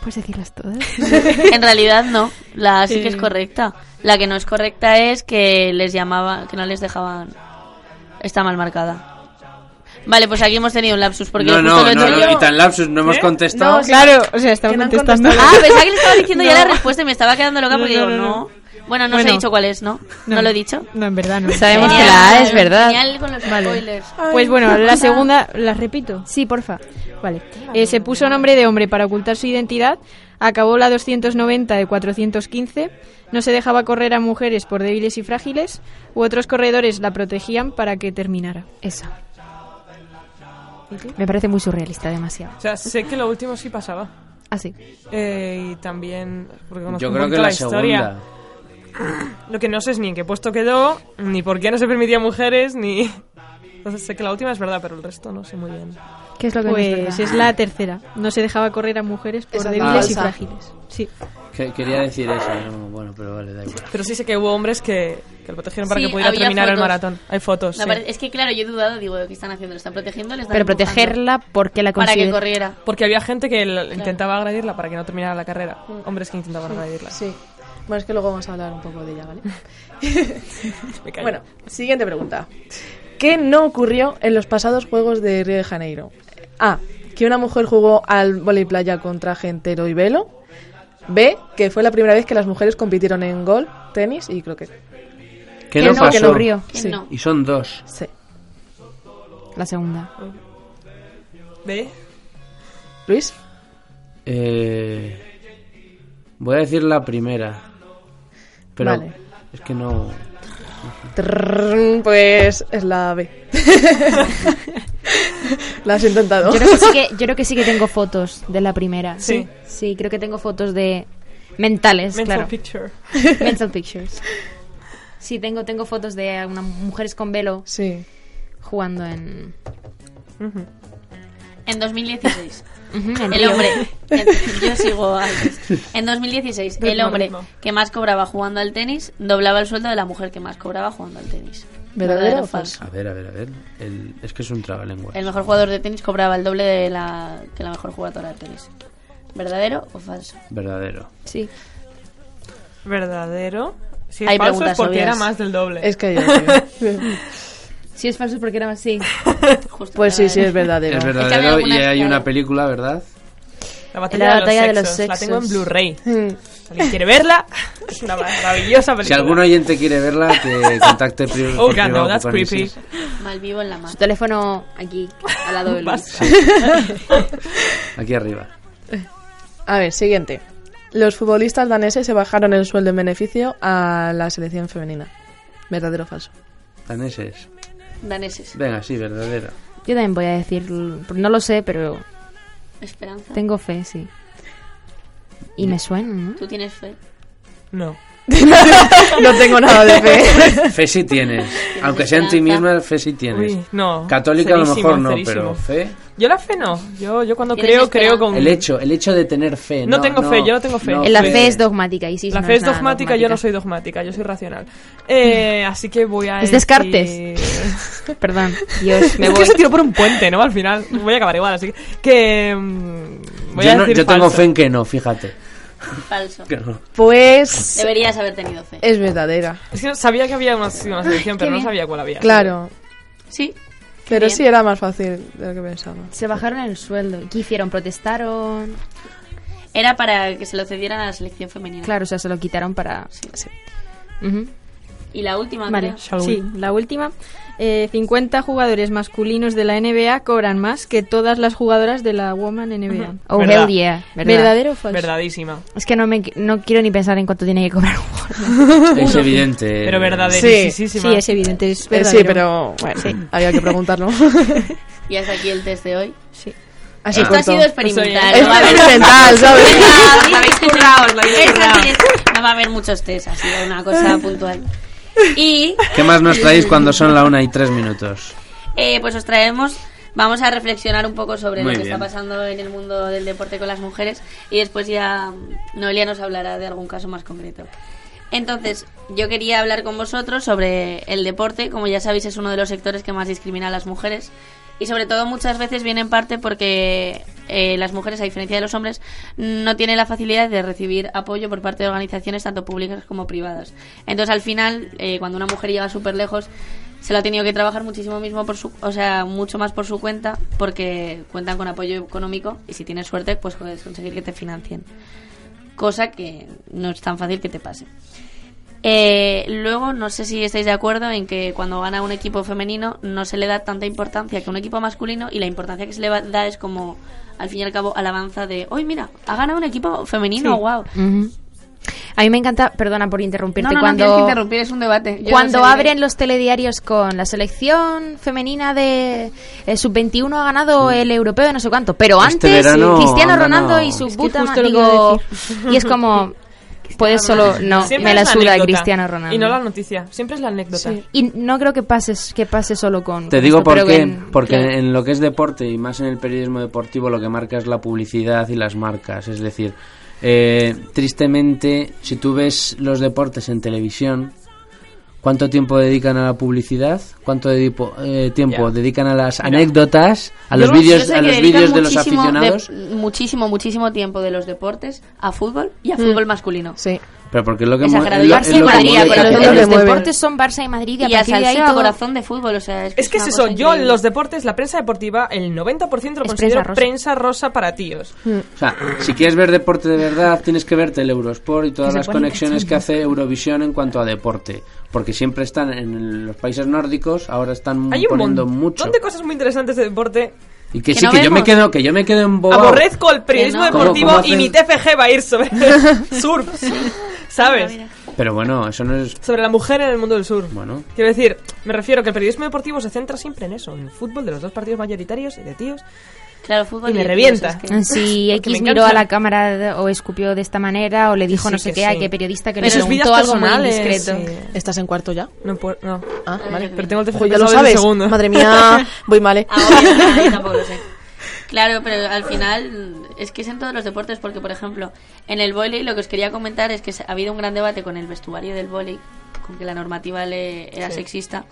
¿Puedes decirlas todas?
en realidad no, la sí que es
Eh.
correcta. La que no es correcta es que les llamaba, que no les dejaban. Está mal marcada. Vale, pues aquí hemos tenido un lapsus porque
no,
yo
no,
justo lo he
no,
hecho
no,
yo.
y tan lapsus, no
¿Eh?
hemos contestado.
claro, o sea, estaba
no han
contestando.
Ah, pensaba que le estaba diciendo ya la respuesta y me estaba quedando loca porque digo, no. Bueno, no os he
Bueno.
dicho cuál es, ¿no? ¿No, lo he dicho?
No, en verdad no.
Sabemos que la A es verdad. Genial con los spoilers.
Pues bueno,
Ay,
la
no.
segunda, ¿las repito? Sí, porfa. Vale. Eh, se puso nombre de hombre para ocultar su identidad, acabó la 290 de 415, no se dejaba correr a mujeres por débiles y frágiles, u otros corredores la protegían para que terminara.
Esa. Me parece muy surrealista, demasiado.
O sea, sé que lo último sí pasaba.
Ah, sí.
Eh, y también. Porque conozco
Yo
un
creo
poquito
que la
historia. Lo que no sé es ni en qué puesto quedó, ni por qué no se permitía mujeres, ni. Entonces sé que la última es verdad, pero el resto no sé muy bien.
¿Qué es lo que no es
Pues
verdad?
es la tercera, no se dejaba correr a mujeres por
Esa es
débiles y
falsa.
frágiles. Sí.
Que- quería decir eso, no, bueno, pero vale, da igual.
Pero sí sé que hubo hombres que, que lo protegieron para
Sí,
que pudiera
había
terminar el
fotos.
maratón. Hay fotos.
La
sí.
verdad- Es que claro, yo he dudado, digo, ¿qué están haciendo? ¿Le están protegiendo? ¿Le están
Pero
empujando?
protegerla porque la
Para que
consider-
corriera.
Porque había gente que la- intentaba agredirla para que no terminara la carrera. Hombres que intentaban agredirla.
Sí. Bueno, es que luego vamos a hablar un poco de ella, ¿vale?
Me callo.
bueno, siguiente pregunta. ¿Qué no ocurrió en los pasados Juegos de Río de Janeiro? A. Que una mujer jugó al voleiplaya contra gente y velo. B. Que fue la primera vez que las mujeres compitieron en golf, tenis y croquet.
¿Qué
Que
no
no,
pasó?
que no río.
Que
Sí.
no.
Y son dos.
Sí.
La segunda.
¿Ve?
¿Luis?
Eh, voy a decir la primera. Pero
Vale.
es que no...
Trrrrrrrn, Pues es la B. la has intentado.
Yo creo, que sí que, yo creo que sí que tengo fotos de la primera.
Sí.
Sí, creo que tengo fotos de mentales,
Mental
claro.
picture.
Mental pictures. Sí, tengo, tengo fotos de unas mujeres con velo
sí.
jugando en...
En 2016.
Ujú, en
el
Río.
hombre. en- yo sigo antes. En 2016,
Ritmo,
el hombre
ritmo.
que más cobraba jugando al tenis doblaba el sueldo de la mujer que más cobraba jugando al tenis.
¿Verdadero
o
o
falso?
A ver, a ver, a ver. El- es que es un trabalengua.
El mejor jugador de tenis cobraba el doble de la, que la mejor jugadora de tenis. ¿Verdadero o falso?
Verdadero.
Sí.
¿Verdadero? Si es
Hay
falso es
preguntas
porque era
obvias.
más del doble.
Es que yo.
Si es falso porque era más así.
Pues sí, sí, es verdadero.
Es verdadero y hay una película, ¿verdad?
La batalla,
La
de,
batalla de
los
los
sexos. La tengo en
sexos.
Blu-ray. Si ¿Alguien quiere verla? Es una maravillosa película.
Si algún oyente quiere verla, que contacte pri- por
Oh, God,
privado
no, that's
con Isis.
Mal vivo en la mano.
Su teléfono aquí, al lado de Luis.
Aquí arriba.
A ver, siguiente. Los futbolistas daneses se bajaron el sueldo en beneficio a la selección femenina. ¿Verdadero o falso?
Daneses.
Daneses.
Venga, sí, verdadero.
Yo también voy a decir, no lo sé, pero
Esperanza.
tengo fe, sí. Y me suena, ¿no?
¿Tú tienes fe?
No.
no tengo nada de fe.
Fe sí tienes. Aunque sea en ti misma, fe sí tienes.
Uy, no.
Católica a lo
Cerísimo,
mejor no,
cerísimo.
pero fe.
Yo la fe no. Yo, yo cuando
Tienes
creo, creo con...
El hecho, el hecho de tener fe. No,
No tengo fe, yo no tengo fe.
la fe es dogmática y sí,
La
no
fe
es
es
nada
dogmática, yo no soy dogmática, yo soy racional. Eh, así que voy a.
Es
decir-
Perdón, Dios, me
es
voy.
que se tiró por un puente, ¿no? Al final voy a acabar igual, así que. que, mm, voy
yo
a
no-
decir
yo tengo
falso.
fe en que no, fíjate.
Falso.
Que no.
Pues.
Deberías haber tenido fe.
Es verdadera.
Es que sabía que había una, una selección,
qué
pero no
bien.
sabía cuál había.
Claro.
Sí.
Pero
bien.
sí era más fácil de lo que pensaba.
Se bajaron el sueldo. ¿Qué hicieron? ¿Protestaron?
Era para que se lo cedieran a la selección femenina.
Claro, o sea, se lo quitaron para... Ujú.
Y la última,
Vale,
creo.
sí, la última. Eh, 50 jugadores masculinos de la NBA cobran más que todas las jugadoras de la Woman NBA.
Oh,
Verdad.
hell yeah. ¿verdad?
¿Verdadero o falso?
Verdadísima.
Es que no, me, no quiero ni pensar en cuánto tiene que cobrar un jugador.
Es evidente.
Pero
Sí,
verdaderísima.
Sí, es evidente, es
Eh,
verdadero.
sí, pero bueno, había que preguntarlo.
Y hasta aquí el test de hoy.
Sí.
Así
Esto ha
corto.
sido experimental.
Es
no va a haber-
experimental, ¿sabes?
Venga, os habéis currado, os lo habéis
Eso
currado. No va a haber muchos test, ha sido una cosa puntual. Y
¿Qué más nos traéis cuando son la una y tres minutos?
eh, pues os traemos, vamos a reflexionar un poco sobre
Muy
lo que
bien.
está pasando en el mundo del deporte con las mujeres y después ya Noelia nos hablará de algún caso más concreto. Entonces, yo quería hablar con vosotros sobre el deporte, como ya sabéis es uno de los sectores que más discrimina a las mujeres y sobre todo muchas veces viene en parte porque eh, las mujeres, a diferencia de los hombres, no tienen la facilidad de recibir apoyo por parte de organizaciones tanto públicas como privadas. Entonces al final, eh, cuando una mujer llega súper lejos, se lo ha tenido que trabajar muchísimo mismo por su, o sea, mucho más por su cuenta porque cuentan con apoyo económico y si tienes suerte, pues puedes conseguir que te financien. Cosa que no es tan fácil que te pase. Eh, luego, no sé si estáis de acuerdo en que cuando gana un equipo femenino no se le da tanta importancia que un equipo masculino y la importancia que se le va- da es como, al fin y al cabo, alabanza de, hoy mira, ha ganado un equipo femenino,
Sí.
wow.
Ujú. A mí me encanta, perdona por interrumpirte,
No, no, no
cuando,
tienes que interrumpir, es un debate. Yo no
cuando
sé de-
abren los telediarios con la selección femenina de eh, sub-21 ha ganado el europeo, no sé cuánto, pero
Este
antes
verano
Cristiano
han
Ronaldo
ganado.
y su
Es que
puta
justo
ma-
lo que
digo,
iba a
y es como puedes solo no
Siempre
me la
es
suda
anécdota.
Cristiano Ronaldo.
Y no la noticia, siempre es la anécdota.
Y no creo que pases que pase solo con
Te
con
digo
esto, pero
por qué,
en-
porque
claro.
en lo que es deporte y más en el periodismo deportivo lo que marca es la publicidad y las marcas. Es decir, eh, tristemente, si tú ves los deportes en televisión, ¿cuánto tiempo dedican a la publicidad? ¿Cuánto dedipo- eh, tiempo dedican a las anécdotas, a
Yo
los
sé
vídeos,
que
a los
dedican
vídeos de los
muchísimo-
aficionados?
de- muchísimo, muchísimo tiempo de los deportes a fútbol y a
Mm.
fútbol masculino.
Sí.
Pero porque es lo que mu-
Exagerado.
es
Y
lo-
Barça
es
y
lo que
Madrid,
mueve
con los-
capital.
con los
Los
deportes
deportes son Barça y Madrid y a
y a
partir de ahí
salseo a
todo-
corazón de fútbol, o sea, es que,
Es que es
una
eso,
cosa
yo
increíble.
los deportes, la prensa deportiva, el 90% lo
Es
considero
prensa rosa.
prensa rosa para tíos.
O sea, si quieres ver deporte de verdad, tienes que verte el Eurosport y todas
Que se
las
ponen
conexiones que
cachondos.
hace Eurovisión en cuanto a deporte. Porque siempre están en los países nórdicos, ahora están
Hay un
Mm, poniendo
montón
mucho.
de cosas muy interesantes de deporte.
Y que,
que
sí,
no
que yo me
vemos.
quedo, que yo me quedo en
Ah,
Aborrezco el periodismo
Que no.
deportivo
¿Cómo- cómo
y mi TFG va a ir sobre surf, ¿sabes?
Pero bueno, eso no es.
Sobre la mujer en el mundo del sur.
Bueno.
Quiero decir, me refiero que el periodismo deportivo se centra siempre en eso, en el fútbol de los dos partidos mayoritarios y de tíos.
Claro, fútbol
y me
y de
revienta.
tíos,
Ah,
es que-
Si
Porque me
Ah, X
encanta.
miró a la cámara de- o escupió de esta manera o le dijo
sí,
no sé
que
qué a
sí.
qué periodista que
Pero
le
sus vidas
preguntó algo muy
personales,
indiscreto.
sí.
¿Estás en cuarto ya?
No puedo, no.
Ah,
vale, pero tengo el
Ojo,
TFG
ya lo
pasado desde
sabes.
segundo. Ah,
Madre mía, voy mal, eh.
Yo tampoco lo sé. Claro, pero al final es que es en todos los deportes porque, por ejemplo, en el vóley lo que os quería comentar es que se- ha habido un gran debate con el vestuario del vóley, con que la normativa le era
Sí.
sexista.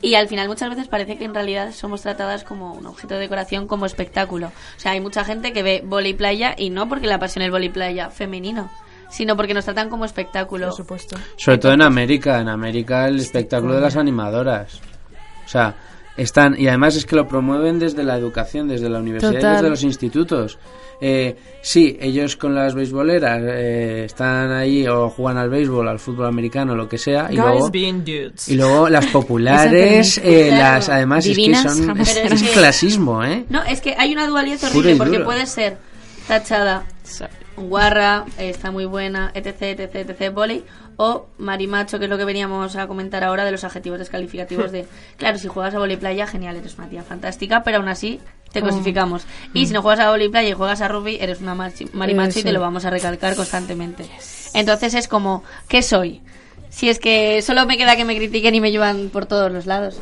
Y al final muchas veces parece que en realidad somos tratadas como un objeto de decoración, como espectáculo. O sea, hay mucha gente que ve vóley playa y no porque la apasione el vóley playa femenino, sino porque nos tratan como espectáculo. Por
supuesto.
Sobre todo en América. En América el espectáculo de las animadoras. O sea, están. Y además es que lo promueven desde la educación, desde la universidad, y
Total.
desde los institutos. Eh, sí, ellos con las beisboleras eh, están ahí o juegan al béisbol, al fútbol americano, lo que sea. Y
Guys
luego,
being dudes.
y luego las populares,
Esa también.
eh,
Claro.
las además
Divinas,
es que son.
jamás.
Es,
Pero
es
es que-
clasismo, ¿eh?
No, es que hay una dualidad
Puro
horrible
y
porque
duro.
puede ser tachada guarra, eh, está muy buena, etc, etc, etc, voley, o marimacho, que es lo que veníamos a comentar ahora de los adjetivos descalificativos de, claro, si juegas a voley playa, genial, eres una tía fantástica, pero aún así te
Mm.
cosificamos. Y si no juegas a voley playa y juegas a rugby, eres una machi- marimacho
Eh,
y te
sí.
lo vamos a recalcar constantemente. Entonces es como, ¿qué soy? Si es que solo me queda que me critiquen y me llevan por todos los lados.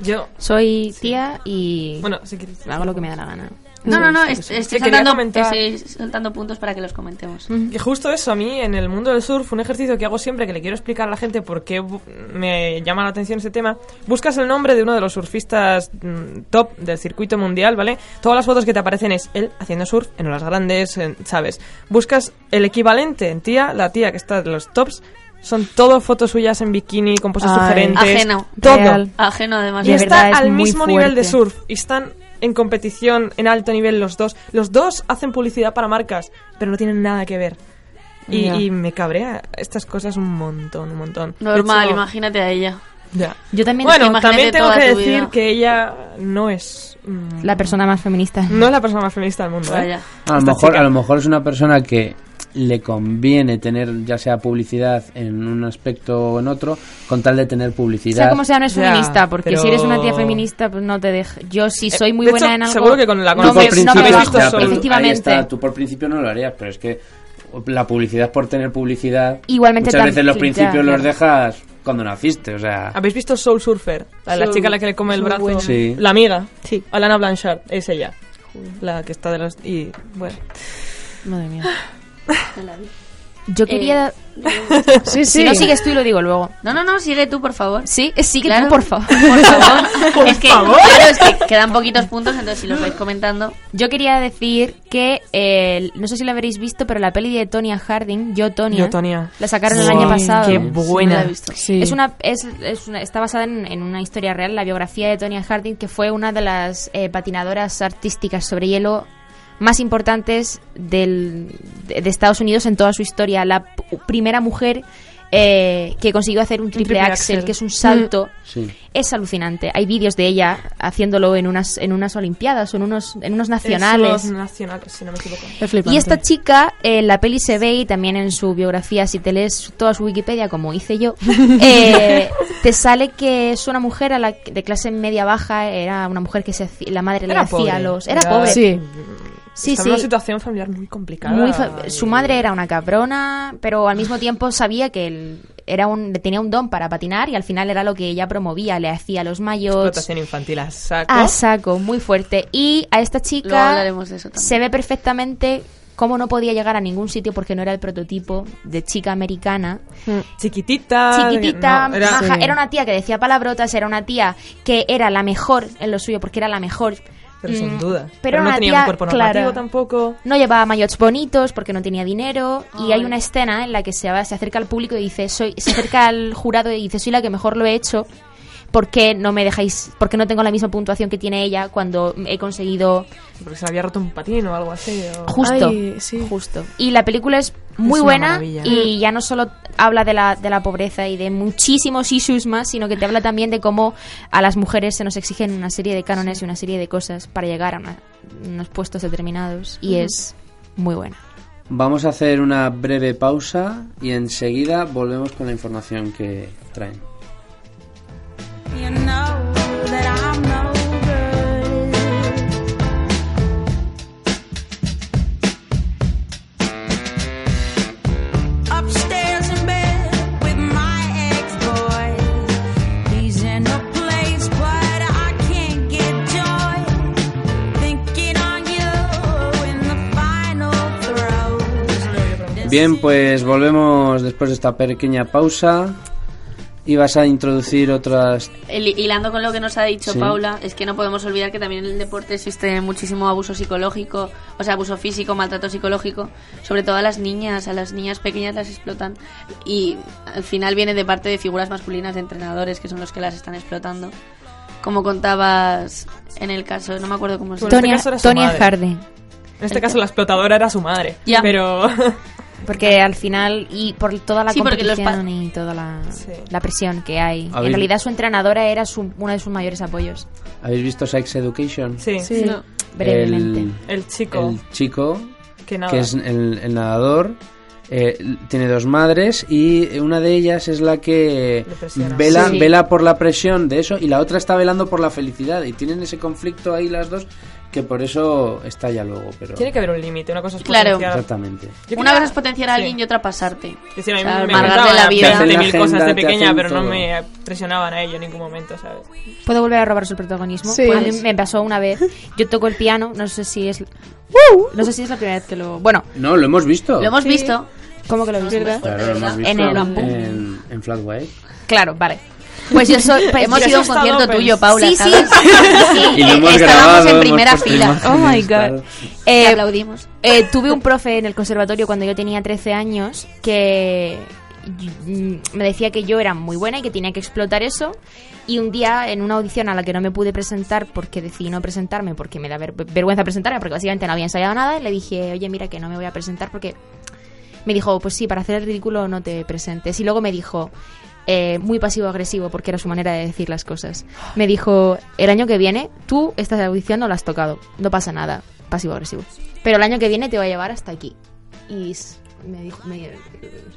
Yo
soy tía y
Bueno, si quieres.
hago lo que me da la gana.
No, no, no,
Sí,
es-
sí, sí.
estoy,
Te quería
saltando,
comentar. Mm.
estoy saltando puntos para que los comentemos.
Que justo eso, a mí en el mundo del surf, un ejercicio que hago siempre, que le quiero explicar a la gente por qué bu- me llama la atención este tema, buscas el nombre de uno de los surfistas mm, top del circuito mundial, ¿vale? Todas las fotos que te aparecen es él haciendo surf en olas grandes, en- ¿sabes? Buscas el equivalente en tía, la tía que está en los tops, son todo fotos suyas en bikini, con poses
Ay.
sugerentes.
Ajeno.
Todo.
Real. Ajeno, además.
Y
De
está
verdad, es
al
muy
mismo nivel de
fuerte.
surf. Y están en competición, en alto nivel los dos. Los dos hacen publicidad para marcas, pero no tienen nada que ver. Y,
Ya.
y me cabrea estas cosas un montón, un montón. De
Normal,
hecho,
imagínate a ella.
Ya.
Yo también
Bueno,
imagínate
también tengo
toda
que
tu
decir
vida.
que ella no es... mm,
La persona más feminista.
No es la persona más feminista del mundo, ¿eh?
Vaya.
A lo,
Esta
mejor,
chica.
a lo mejor es una persona que le conviene tener ya sea publicidad en un aspecto o en otro, con tal de tener
O
publicidad.
sea, como sea, no es
Ya,
feminista, porque
pero-
si eres una tía feminista, pues no te deja. Yo, si soy muy
Eh, de
buena
hecho,
en algo.
seguro que con la
no
Tú por
me- no me
principio,
bajo.
ya, pero tú- ahí
Efectivamente.
está, tú por principio no lo harías, pero es que la publicidad por tener publicidad.
Igualmente
Muchas
tan-
veces los
sí,
principios
ya,
los
ya.
dejas cuando naciste, o sea.
¿Habéis visto Soul Surfer? La, de la
Soul-
chica a la que le come el
Muy
brazo.
buena.
Sí.
La amiga. Sí. Alana Blanchard. Es ella. La que está de las... Y bueno.
Madre mía.
Yo quería.
Eh,
Eh.
Si
Sí, sí.
no sigues tú y lo digo luego.
No, no, no, sigue tú, por favor.
Sí, sigue
Claro.
tú, por favor.
Por favor.
Por
es que,
favor.
claro, es que quedan poquitos puntos, entonces si los vais comentando.
Yo quería decir que, eh, no sé si lo habréis visto, pero la peli de Tonya Harding, Yo Tonya,
Yo, Tonya.
la sacaron el
Sí,
año pasado.
qué buena.
No la he visto.
Sí.
Es una, es, es una- está basada en, en una historia real, la biografía de Tonya Harding, que fue una de las eh, patinadoras artísticas sobre hielo más importantes del, de, de Estados Unidos en toda su historia. La p- primera mujer eh, que consiguió hacer un triple,
triple
axel, Mm.
axel.
que es un salto.
Sí.
Es alucinante. Hay vídeos de ella haciéndolo en unas, en unas Olimpiadas o en unos, en unos nacionales.
Es nacionales, si no me equivoco.
Y esta chica, eh, en la peli se ve y también en su biografía, si te lees toda su Wikipedia, como hice yo, eh, te sale que es una mujer a la que- de clase media baja, era una mujer que se hacía- la madre le
Era
hacía
pobre.
los... Era,
Era-
pobre.
Sí.
Sí,
Estaba en una
sí.
situación familiar muy complicada.
Muy fa- su madre era una cabrona, pero al mismo tiempo sabía que él era un, tenía un don para patinar y al final era lo que ella promovía, le hacía los mayots,
Explotación infantil a saco.
a saco, muy fuerte. Y a esta
Luego
chica
hablaremos de eso también.
se ve perfectamente cómo no podía llegar a ningún sitio porque no era el prototipo de chica americana.
Chiquitita.
Chiquitita,
Ah, no, era- este
maja,
Sí.
era una tía que decía palabrotas, era una tía que era la mejor en lo suyo porque era la mejor.
Pero sin
Mm,
duda.
Pero,
Pero
era
no
una
tenía
tía
un cuerpo normativo tampoco.
No llevaba mayots bonitos porque no tenía dinero. Y hay una escena en la que se, va- se acerca al público y dice, soy, se acerca al jurado y dice, soy la que mejor lo he hecho. ¿Por qué no me dejáis, por qué no tengo la misma puntuación que tiene ella cuando he conseguido
Porque se le había roto un patín o algo así. o-
Justo.
Ay,
Justo. Y la película es muy
una
buena
maravilla.
y ya no solo habla de la, de la pobreza y de muchísimos issues más, sino que te habla también de cómo a las mujeres se nos exigen una serie de cánones y una serie de cosas para llegar a una- unos puestos determinados y
Ujú.
es muy buena.
Vamos a hacer una breve pausa y enseguida volvemos con la información que traen.
You know that I'm no good. Upstairs in bed with my ex-boy. He's in a place, but I can't get joy. Thinking on you in the final throes.
Bien, pues volvemos después de esta pequeña pausa. Y vas a introducir otras...
El- hilando con lo que nos ha dicho
Sí.
Paula, es que no podemos olvidar que también en el deporte existe muchísimo abuso psicológico, o sea, abuso físico, maltrato psicológico, sobre todo a las niñas, a las niñas pequeñas las explotan y al final viene de parte de figuras masculinas de entrenadores que son los que las están explotando. Como contabas en el caso, no me acuerdo cómo se
Bueno, en este caso era su madre. En este
El
caso la explotadora era su madre.
Ya.
Pero...
Porque al final, y por toda la
Sí, porque los
competición y toda la, la presión que hay.
Habéis-
En realidad su entrenadora era su, uno de sus mayores apoyos.
¿Habéis visto Sex Education?
Sí. Sí. No.
Brevemente.
El, chico.
El chico,
Que nada.
es el, el nadador, eh, l- tiene dos madres y una de ellas es la que
presiona.
vela,
Sí.
vela por la presión de eso y la otra está velando por la felicidad y tienen ese conflicto ahí las dos que por eso está ya luego. Pero...
Tiene que haber un límite, una cosa es
Claro.
potenciar-
Exactamente.
Yo
Una
quería-
cosa es potenciar a alguien y otra pasarte.
Es decir, a mí
O sea,
me
amargarte
contaban
la vida.
20.000 cosas de
Te hacen
pequeña, pero no
todo.
me presionaban a ello en ningún momento, ¿sabes?
¿Puedo volver a robar su protagonismo?
Sí.
A mí me pasó una vez. Yo toco el piano, no sé si es... uh, No sé si es la primera vez que lo... Bueno,
No, lo hemos visto.
Lo hemos Sí. visto. ¿Cómo que lo hemos visto?
Claro, lo hemos visto
En
en,
el-
en, Flat White.
Claro, vale. Pues yo soy... pues
Hemos
yo
ido a un
soy-
concierto
Open.
tuyo, Paula,
Sí, sí.
¿sabes?
sí.
Y lo hemos
Estábamos
grabado,
en
hemos
primera
puesto
fila.
imágenes,
Oh, my God.
claro.
Eh,
aplaudimos.
eh, tuve un profe en el conservatorio cuando yo tenía 13 años que mm, me decía que yo era muy buena y que tenía que explotar eso. Y un día, en una audición a la que no me pude presentar porque decidí no presentarme, porque me da ver- vergüenza presentarme, porque básicamente no había ensayado nada, le dije, oye, mira que no me voy a presentar porque me dijo, pues sí, para hacer el ridículo no te presentes. Y luego me dijo, eh, muy pasivo-agresivo, porque era su manera de decir las cosas. Me dijo, el año que viene tú esta audición no la has tocado, no pasa nada, pasivo-agresivo. Pero el año que viene te voy a llevar hasta aquí. Y s- me dijo, me-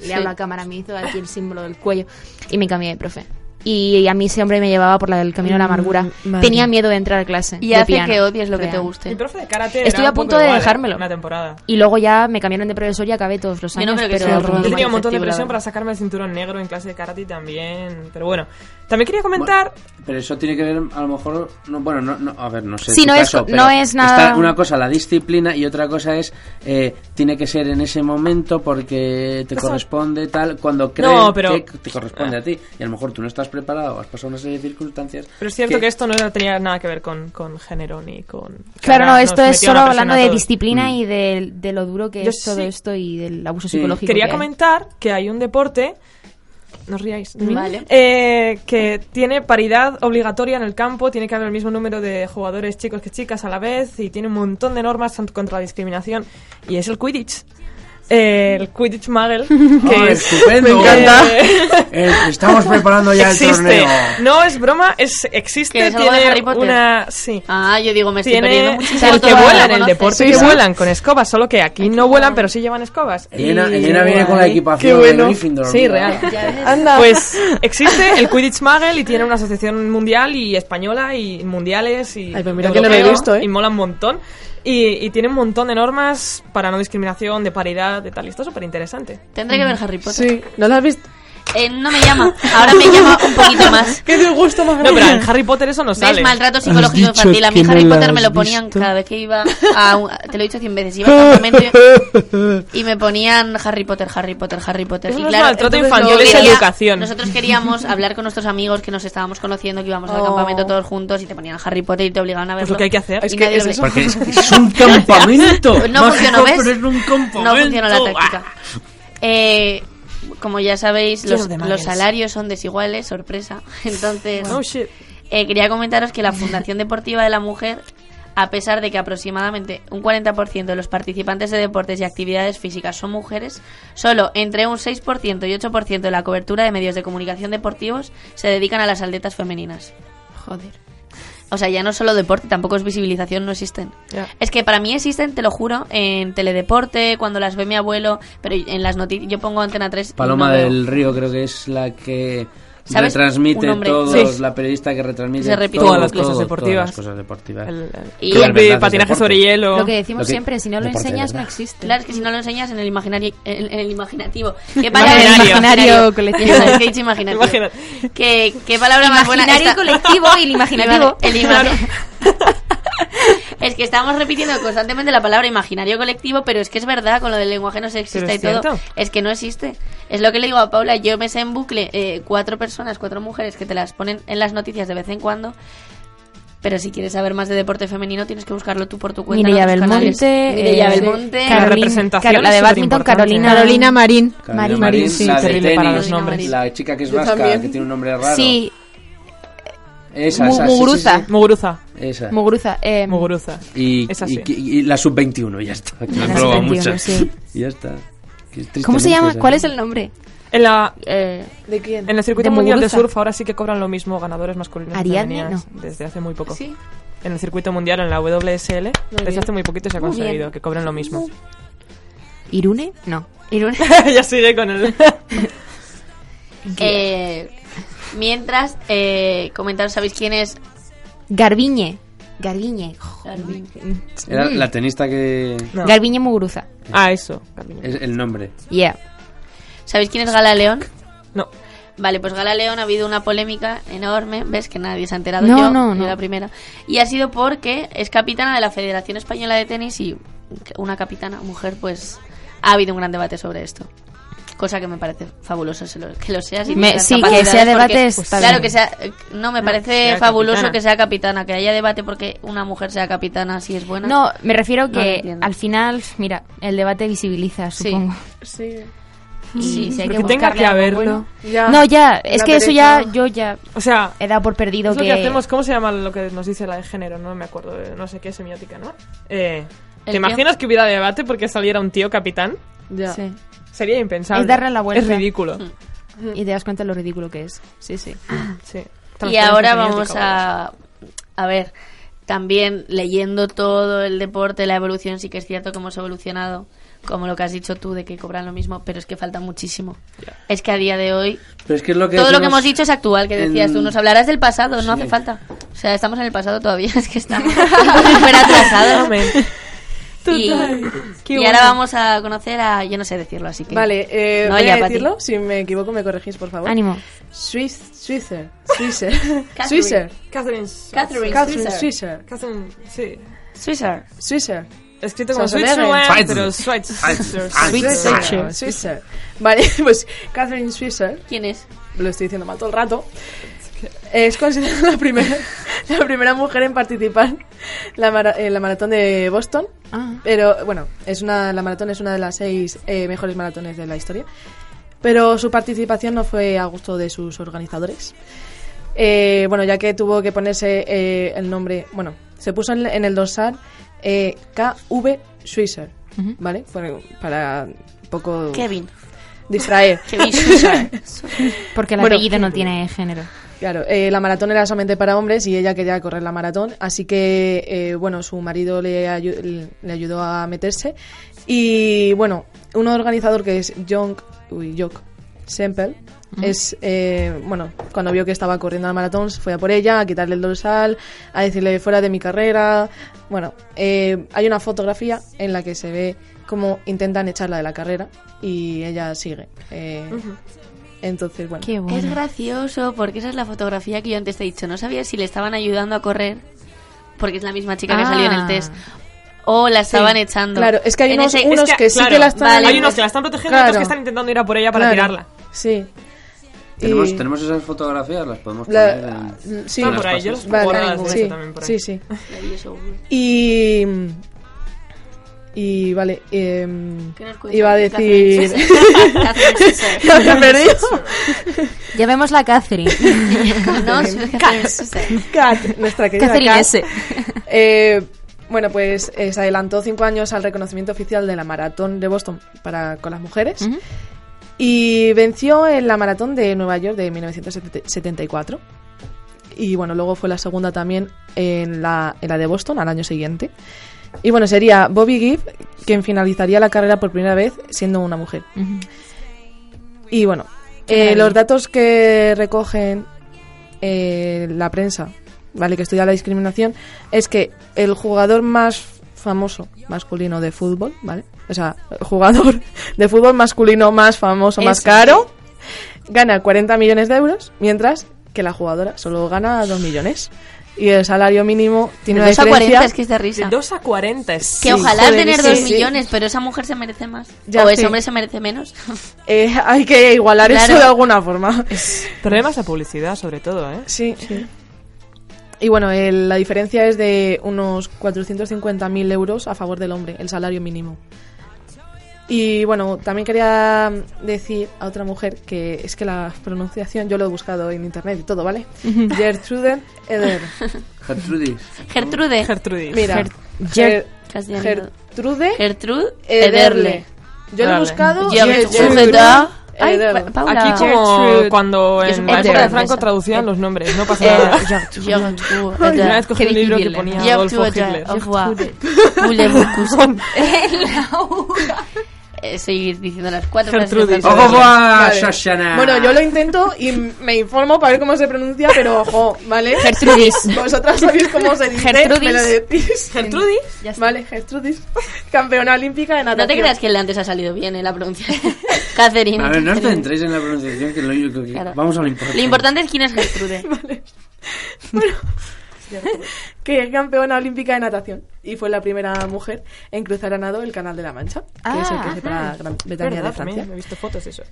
le habló a cámara, me hizo aquí el símbolo del cuello y me cambié de profe. Y a mí ese hombre me llevaba por la- el camino de la amargura.
Mm, madre.
Tenía miedo de entrar a clase.
Y
de
hace
piano,
que odies lo que te
real.
guste.
El profe de karate era
Estuve a
un poco
punto de
igual, ¿eh?
dejármelo.
Una temporada.
Y luego ya me cambiaron de profesor y acabé todos los
Yo no
años.
creo que
pero
sea
muy
Yo tenía
mal
un montón de
efectivo, la verdad.
presión para sacarme el cinturón negro en clase de karate y también... Pero bueno, también quería comentar...
Pero eso tiene que ver, a lo mejor, no, bueno, no, no, a ver, no sé.
Sí,
tu
no es
caso,
co-
pero
no es nada-
está una cosa la disciplina y otra cosa es, eh, tiene que ser en ese momento porque te
Eso-
corresponde tal, cuando crees
pero-
que te corresponde a ti. Y a lo mejor tú no estás preparado, has pasado una serie de circunstancias.
Pero es cierto
que-
que esto no era- tenía nada que ver con, con género ni con...
Claro, no,
Nos
esto es
metió
solo
una presión
hablando
a
de
todos.
Mm.
disciplina y de, de lo duro que
Yo
es todo
sí.
esto y del abuso
Sí.
psicológico.
Quería
que hay.
comentar que hay un deporte, no os riáis, de mí,
Vale.
eh, que tiene paridad obligatoria en el campo, tiene que haber el mismo número de jugadores chicos que chicas a la vez y tiene un montón de normas contra la discriminación y es el Quidditch. eh, el Quidditch Muggle. que
¡Oh,
es-
estupendo!
Me encanta.
Eh, estamos preparando ya
existe.
el torneo.
No, es broma, es, existe.
¿Que es algo de
tiene
Harry Potter?
una. Sí.
Ah, yo digo, me estoy
tiene-
perdiendo muchísimo.
el que
todo lo
vuelan, el
conoces.
deporte que vuelan con escobas, solo que aquí no vuelan, pero sí llevan escobas.
Elena,
Y-
Elena viene con la equipación
Qué
de
bueno.
Gryffindor.
Sí,
mira.
real.
Anda.
Pues existe el Quidditch Muggle y tiene una asociación mundial y española y mundiales y
Ay, pues mira que no lo he visto, ¿eh?
y mola un montón. Y, y tiene un montón de normas para no discriminación, de paridad, de tal. Y está súper interesante.
Tendré que ver Harry Potter.
Sí, ¿no lo has visto?
Eh, no me llama. Ahora me llama un poquito más.
¡Qué disgusto más
No, pero en Harry Potter eso no sale.
¿Ves? Maltrato psicológico infantil. A mí Harry Potter me lo ponían cada vez que iba a... un- Te lo he dicho cien veces. Iba al campamento y me ponían Harry Potter, Harry Potter, Harry Potter.
Eso
y
no es
claro,
maltrato
entonces
infantil,
yo
es educación.
Nosotros queríamos hablar con nuestros amigos que nos estábamos conociendo, que íbamos al
Oh.
campamento todos juntos y te ponían Harry Potter y te obligaban a verlo.
Pues lo que hay que hacer
Y
es que
nadie
es
lo
eso.
ve.
Porque es, es un campamento.
No funcionó,
mágico,
¿ves?
pero es un campamento.
No funcionó la táctica. Eh, como ya sabéis,
Lleno
los,
de
los
mails.
salarios son desiguales, sorpresa. Entonces,
Oh, shit.
eh, quería comentaros que la Fundación Deportiva de la Mujer, a pesar de que aproximadamente un 40% de los participantes de deportes y actividades físicas son mujeres, solo entre un 6% y 8% de la cobertura de medios de comunicación deportivos se dedican a las atletas femeninas. Joder. O sea, ya no solo deporte, tampoco es visibilización, no existen.
Ya.
Es que para mí existen, te lo juro, en teledeporte, cuando las ve mi abuelo, pero en las noticias, yo pongo Antena 3. y
Paloma
no veo.
del Río creo que es la que
¿Sabes?
retransmite
Un hombre.
todos,
Sí.
la periodista que retransmite
Se repite.
todo,
Todas las
todo,
cosas
Todas
deportivas.
las cosas deportivas.
El- el-
Todo
Y
el
el
verdad es
patinaje
deporte.
sobre hielo.
Lo que decimos
Lo que-
siempre, si no lo
deporte de
enseñas no
verdad.
existe.
Claro, es que si no lo enseñas en el imaginario, en, en el imaginativo. ¿Qué
Imaginario. Imaginario colectivo.
colectivo. es que he dicho imaginativo.
Imagina-
¿Qué, qué palabra más buena?
Imaginario
esta-
colectivo y el imaginativo.
El ima-
Claro.
es que estamos repitiendo constantemente la palabra imaginario colectivo, pero es que es verdad, con lo del lenguaje no se
Pero
existe
es
y todo.
cierto.
Es que no existe. Es lo que le digo a Paula, yo me sé en bucle eh, cuatro personas, cuatro mujeres que te las ponen en las noticias de vez en cuando. Pero si quieres saber más de deporte femenino, tienes que buscarlo tú por tu cuenta.
Mireia
en otros Pues canales.
Belmonte,
Mireia
eh,
Belmonte.
sí. Carolina- La representación Caro- la de es bádminton, superimportante. Carolina-
Carolina Marín.
Carolina Marín,
sí,
la de
terrible para
tenis,
los nombres.
La chica que es
Yo
vasca,
también.
que tiene un nombre raro.
Sí,
Esa, esa, sí, sí,
Muguruza.
sí.
Muguruza.
Esa.
Muguruza. eh,
Muguruza.
Y,
Esa
y-
sí.
y- y la sub-21, ya está. Que
La
me proba
sub-21,
muchas.
sí.
Y ya está. Que es
¿Cómo
tristemente
se llama?
esa.
¿Cuál es el nombre?
En la...
¿De quién?
En el circuito
De
mundial de
Muguruza.
surf ahora sí que cobran lo mismo ganadores masculinos y
Ariadne,
femeninas desde hace muy poco. En el circuito mundial, en la WSL, desde
bien.
hace muy poquito se ha
Muy bien.
conseguido que cobren lo mismo.
¿Irune? No.
Irune.
ya sigue con el...
Eh, mientras, eh, comentaros, ¿sabéis quién es?
Garbiñe. Garbiñe.
Era
Mm.
la tenista que...
Garbiñe Muguruza.
Ah, eso.
Es el nombre.
Yeah.
¿Sabéis quién es Gala León?
No.
Vale, pues Gala León ha habido una polémica enorme, ves que nadie se ha enterado
No,
yo,
no,
yo
no.
la primera. Y ha sido porque es capitana de la Federación Española de Tenis y una capitana, mujer, pues ha habido un gran debate sobre esto. Cosa que me parece fabuloso se lo- que lo seas. Y
Me-
tengas
sí, que
capacidades,
sea debate
porque-
está
claro,
bien.
que sea... eh, No, me
No,
parece
sea
fabuloso
capitana.
que sea capitana, que haya debate porque una mujer sea capitana si es buena.
No, me refiero
No lo
que
entiendo.
al final, mira, el debate visibiliza, supongo.
Sí.
Sí, sí,
Pero
hay que
que tenga
buscarle
que
algo
haberlo.
bueno.
Ya.
No, ya, es
La
que eso ya,
pereza.
yo ya
O sea,
he dado por perdido
Es lo que hacemos, ¿cómo se llama lo que nos dice la de género? No me acuerdo, eh, no sé qué, semiótica, ¿no? Eh,
El
¿Te
tío.
imaginas que hubiera debate porque saliera un tío capitán?
Ya.
Sí.
Sería impensable.
Es darle la vuelta. Mm.
Es ridículo.
Y te das cuenta de lo ridículo que es. Sí, sí.
Sí.
Y
Transparencia
ahora
semiótica,
vamos
bueno.
a, a ver, también leyendo todo el deporte, la evolución, sí que es cierto que hemos evolucionado, como lo que has dicho tú de que cobran lo mismo, pero es que falta muchísimo. Es que a día de hoy
Pero es que es lo que
todo lo que
decimos
hemos dicho es actual, que
en-
decías tú, nos hablarás del pasado, no
Sí.
hace falta. O sea, estamos en el pasado todavía, es que estamos súper atrasados.
Amén.
Y,
Total. Qué
y
bueno.
ahora vamos a conocer a, yo no sé decirlo, así que...
Vale, eh,
no,
voy
ya,
a
Pati.
decirlo. Si me equivoco, me corregís, por favor.
Ánimo.
Swiss, Swisser. Swisser. Swisser.
Catherine.
Catherine
Catherine
Swisher.
Swisher. Catherine, sí.
Swisher.
Swisser.
Escrito como
Se olerga.
Switzerland,
Schweizer.
pero Schweizer.
Swisser. Swisser. Vale, pues Catherine Swisser.
¿Quién es?
Lo estoy diciendo mal todo el rato. Es considerada la primera, la primera mujer en participar la mara- en la maratón de Boston. Pero bueno, es una, la maratón es una de las seis eh, mejores maratones de la historia. Pero su participación no fue a gusto de sus organizadores. Eh, bueno, ya que tuvo que ponerse eh, el nombre, bueno, se puso en, en el dorsal eh, KV Schweizer, ¿vale? Por- para poco...
Kevin.
Distraer.
Kevin Susa.
Porque el
Bueno.
apellido no tiene género.
Claro, eh, la maratón era solamente para hombres y ella quería correr la maratón, así que, eh, bueno, su marido le, ayu- le ayudó a meterse. Y, bueno, un organizador que es John, uy, Jock Semple,
Ujú.
es, eh, bueno, cuando vio que estaba corriendo la maratón, se fue a por ella, a quitarle el dorsal, a decirle fuera de mi carrera. Bueno, eh, hay una fotografía en la que se ve cómo intentan echarla de la carrera y ella sigue. eh,
Ujú.
Entonces, bueno.
Es gracioso porque esa es la fotografía que yo antes te he dicho. No sabía si le estaban ayudando a correr porque es la misma chica que
Ah.
salió en el test. O la estaban echando.
Claro, es que hay
En
unos,
ese-
unos que, sí que la están...
Hay unos que la están protegiendo y otros que están intentando ir a por ella para
Claro.
tirarla.
Sí.
¿Tenemos,
Y-
tenemos esas fotografías, las podemos
La-
poner en,
sí.
en las pastas.
Vale, sí, sí, sí. Y... Y vale, em,
¿Qué nos cuentas?
iba a
¿Qué
decir...
haces? ¿Qué haces?
¿Me he perdido?
Ya vemos la Catherine.
No, es que hacer-
Kat, nuestra querida
Catherine
Kat.
S.
Eh, bueno, pues eh, se adelantó cinco años al reconocimiento oficial de la maratón de Boston para con las mujeres y venció en la maratón de Nueva York de 1974. Y bueno, luego fue la segunda también en la, en la de Boston al año siguiente. Y bueno, sería Bobby Gibb quien finalizaría la carrera por primera vez siendo una mujer. Y bueno, eh,
maravilla.
los datos que recogen eh, la prensa, ¿vale? Que estudia la discriminación, es que el jugador más famoso masculino de fútbol, ¿vale? O sea, el jugador de fútbol masculino más famoso, más
Eso
caro, gana 40 millones de euros, mientras que la jugadora solo gana 2 millones. Y el salario mínimo tiene una
De 2 a 40
diferencia-
es que es de risa.
De 2 a 40 es...
Que
Sí,
ojalá
joder,
tener
sí,
2
sí.
millones, pero esa mujer se merece más.
Ya,
o ese
sí.
hombre se merece menos.
Eh, hay que igualar eso
Claro.
de alguna forma.
Problemas de publicidad, sobre todo, ¿eh?
Sí. Y bueno, el- la diferencia es de unos 450.000 euros a favor del hombre, el salario mínimo. Y bueno, también quería decir a otra mujer que es que la pronunciación yo lo he buscado en internet y todo, ¿vale? Gertrude Eder.
Gertrudis.
Gertrude.
Gertrude.
Mira, Ger- Gertrude
Gertrude
Ederle.
Ederle.
Yo lo he
Vale.
buscado.
Gertrude. Ay,
Ederle.
Pa- Paula.
Aquí como
Gertrude.
cuando
Es
en
un
la
poco
época de
francesa.
Franco traducían los nombres, no pasa
Eh,
nada.
Gertrude, Gertrude,
Ay, Una vez
Gertrude.
cogí
Qué
un libro que
difícil,
ponía
¿no?
Adolfo
Gertrude,
Hitler.
au revoir. Voulez-vous cousin? Eh, Estoy diciendo las cuatro frases de
Gertrudis.
Franco.
Au revoir, Shoshana.
Bueno, yo lo intento y me informo para ver cómo se pronuncia, pero ojo, ¿vale?
Gertrudis.
Vosotras sabéis cómo se dice.
Gertrudis.
me lo decís. Vale, Gertrudis. Campeona olímpica de
No
natación.
te creas que el de antes ha salido bien en la pronunciación. Catherine.
A ver, no os centréis en la pronunciación, que es lo único que...
Claro.
Vamos a lo importante.
Lo importante es quién es Gertrude.
que es campeona olímpica de natación y fue la primera mujer en cruzar a nado el Canal de la Mancha, que es el que
ajá.
separa Gran Bretaña
Ah, Verdad,
de Francia.
también He visto fotos de eso.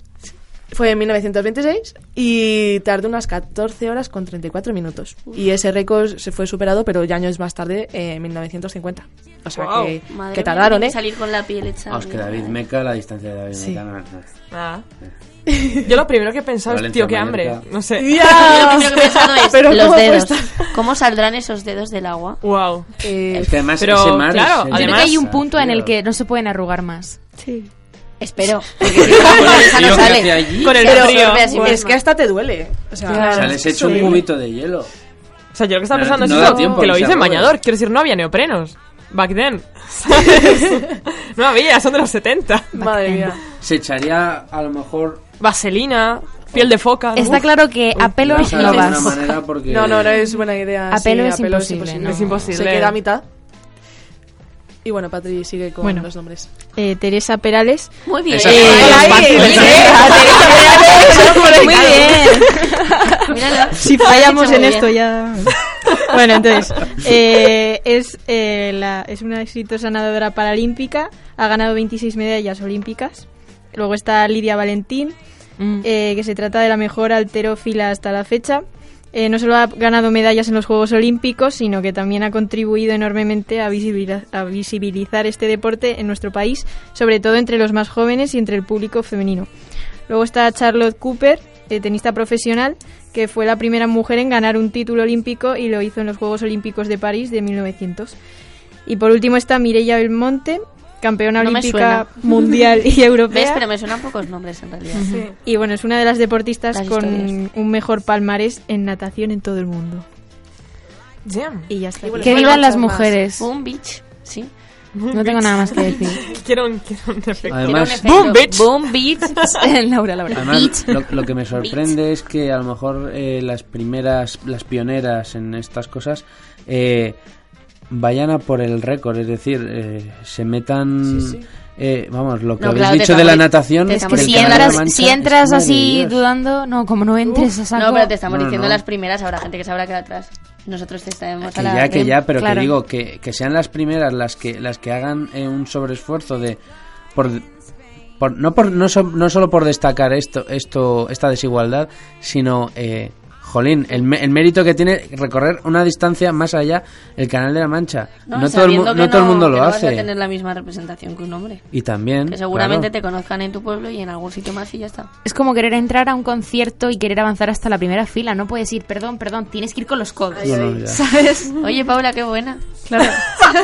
Fue en 1926 y tardó unas 14 horas con 34 minutos. Y ese récord se fue superado, pero ya años más tarde, eh, en 1950. O sea
Guau.
que,
Madre
que
mía,
tardaron,
tiene
¿eh?
que Salir con la piel hecha.
Ah, es que
mierda.
David Meca, la distancia de David
Sí.
Meca... no, no.
Ah. Yo lo primero que he pensado es,
Valencia,
tío, qué hambre.
Mallorca.
No sé.
Yo lo primero que he pensado es
Pero
los
¿cómo puede
dedos.
estar?
¿Cómo saldrán esos dedos del agua?
Wow.
Es que además
Pero,
ese mar es
claro,
el-
Yo Eh, creo que hay un punto en el que no se pueden arrugar más.
Sí.
Espero.
Esa no Yo creo sale. que allí- Con el
Pero
frío.
es que hasta te duele. O sea,
O sea, les he hecho un cubito de hielo.
O sea, yo lo que estaba
No,
pensando
no
es
da
eso,
tiempo,
que lo
ni se
hice en
arruga.
bañador. Quiero decir, no había neoprenos. Back then. ¿sabes? no había, son de los 70.
Madre mía.
Se echaría, a lo mejor...
Vaselina, piel de foca.
Está claro que a pelo
grasa
no
de
vas.
alguna manera porque-
No, no, no es buena idea.
A
sí,
pelo es imposible, ¿no?
Es imposible. Se
Sí.
queda a mitad. Y bueno, Patri sigue con
Bueno.
los nombres.
Eh, Teresa Perales. Eh,
Muy bien.
Esa- Ay,
muy bien.
Teresa Perales.
Ah, Muy
bien.
Si fallamos en esto ya. Bueno, entonces, eh, es, eh, la- es una exitosa nadadora paralímpica, ha ganado 26 medallas olímpicas. Luego está Lidia Valentín, eh, que se trata de la mejor alterófila hasta la fecha. Eh, no solo ha ganado medallas en los Juegos Olímpicos, sino que también ha contribuido enormemente a, visibiliza- a visibilizar este deporte en nuestro país, sobre todo entre los más jóvenes y entre el público femenino. Luego está Charlotte Cooper, eh, tenista profesional, que fue la primera mujer en ganar un título olímpico y lo hizo en los Juegos Olímpicos de París de 1900. Y por último está Mireia Belmonte, campeona
No me
olímpica
suena.
mundial y europea.
¿Ves? Pero me suenan pocos nombres en realidad.
Sí. Y bueno, es una de las deportistas
Las
con
historias.
un mejor palmarés en natación en todo el mundo. Y ya está.
Que vivan las mujeres.
Boom Beach, sí.
No tengo nada más que decir.
quiero un, quiero un efecto.
Además-
Quiero un efecto.
Boom, bitch.
Boom Beach.
Laura, Laura.
Además, lo, lo que me sorprende es que a lo mejor eh, las primeras, las pioneras en estas cosas eh, vayan a por el récord, es decir, eh, se metan... eh, vamos, lo que
No,
habéis
claro, te
dicho de la
estamos-
natación...
te estamos
del
diciendo-
Canal de la
entras-
Mancha
si
es
entras así
maravilloso.
dudando, no, como no entres a saco.
No, pero te estamos
No,
diciendo
no.
las primeras, habrá gente que se habrá quedado atrás. Nosotros te estaremos
Que
a la...
ya, que ya, pero
Claro.
que digo que, que sean las primeras las que las que hagan eh, un sobreesfuerzo de por, por- no por no, so- no solo por destacar esto esto esta desigualdad, sino eh, jolín, el, mé- el mérito que tiene recorrer una distancia más allá el Canal de la Mancha. No, todo el, mu-
sabiendo que
no todo el mundo
que
lo
no
hace.
Vas a tener la misma representación que un hombre.
Y también,
Que seguramente
claro.
te conozcan en tu pueblo y en algún sitio más y ya está.
Es como querer entrar a un concierto y querer avanzar hasta la primera fila. No puedes ir, perdón, perdón, tienes que ir con los codos.
No, no, ya.
¿Sabes?
Oye, Paula, qué buena.
Claro.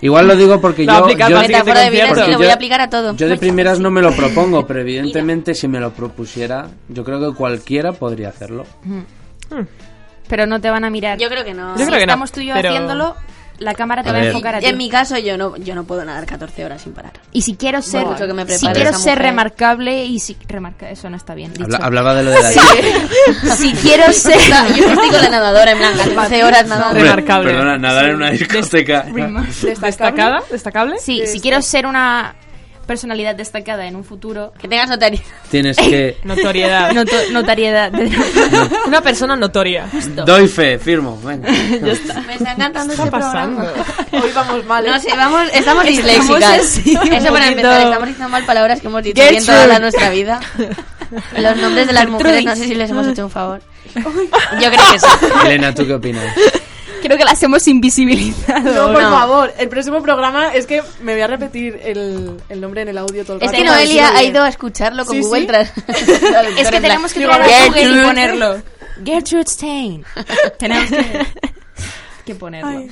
Igual lo digo porque
Lo
yo,
aplica
yo,
para el siguiente Metáfora de vida,
porque
sí, lo voy
yo-
a aplicar a todo.
Yo de primeras no me lo propongo, pero evidentemente si me lo propusiera, yo creo que cualquiera podría hacerlo.
Pero no te van a mirar.
Yo creo que no.
Si
Yo creo que no,
estamos tú y yo
pero-
haciéndolo, la cámara te
A
va a
ver.
enfocar a ti.
En mi caso, yo no, yo no puedo nadar 14 horas sin parar.
Y si quiero
Por
ser,
mucho que me
si
prepare
quiero
esa
ser
mujer.
remarcable y si remarca, eso no está bien dicho.
Habla- hablaba de lo de la
Sí. si quiero ser,
No, yo estoy con la nadadora, en plan, 14 horas nadando.
Hombre, Perdona, nadar en una
Ah,
discoteca.
destacada,
destacable.
Sí,
Este.
si quiero ser una personalidad destacada en un futuro,
que tengas notaria.
Tienes que.
Notoriedad.
Noto- notariedad.
Una persona notoria.
Doy fe, firmo. Venga.
Me está encantando
Está
este
pasando.
programa.
Hoy vamos mal.
¿eh?
No sé, vamos, estamos disléxicas.
así, un
Eso
poquito.
para empezar, estamos diciendo mal palabras que hemos dicho
Gertrude.
bien toda la- nuestra vida. Los nombres de las mujeres,
Gertrude.
no sé si les hemos hecho un favor. Yo creo que sí.
Elena, ¿tú qué opinas?
creo que las hemos invisibilizado.
No, por favor, el próximo programa es que me voy a repetir el, el nombre en el audio todo el
Es
rato. eh,
que Noelia ha ido a escucharlo con
Sí,
Google
sí.
Trans- Traductor
Es que
en plan,
tenemos que
digo,
entrar a Google y
Gertrude.
ponerlo. Gertrude Stein. Tenemos que, que ponerlo.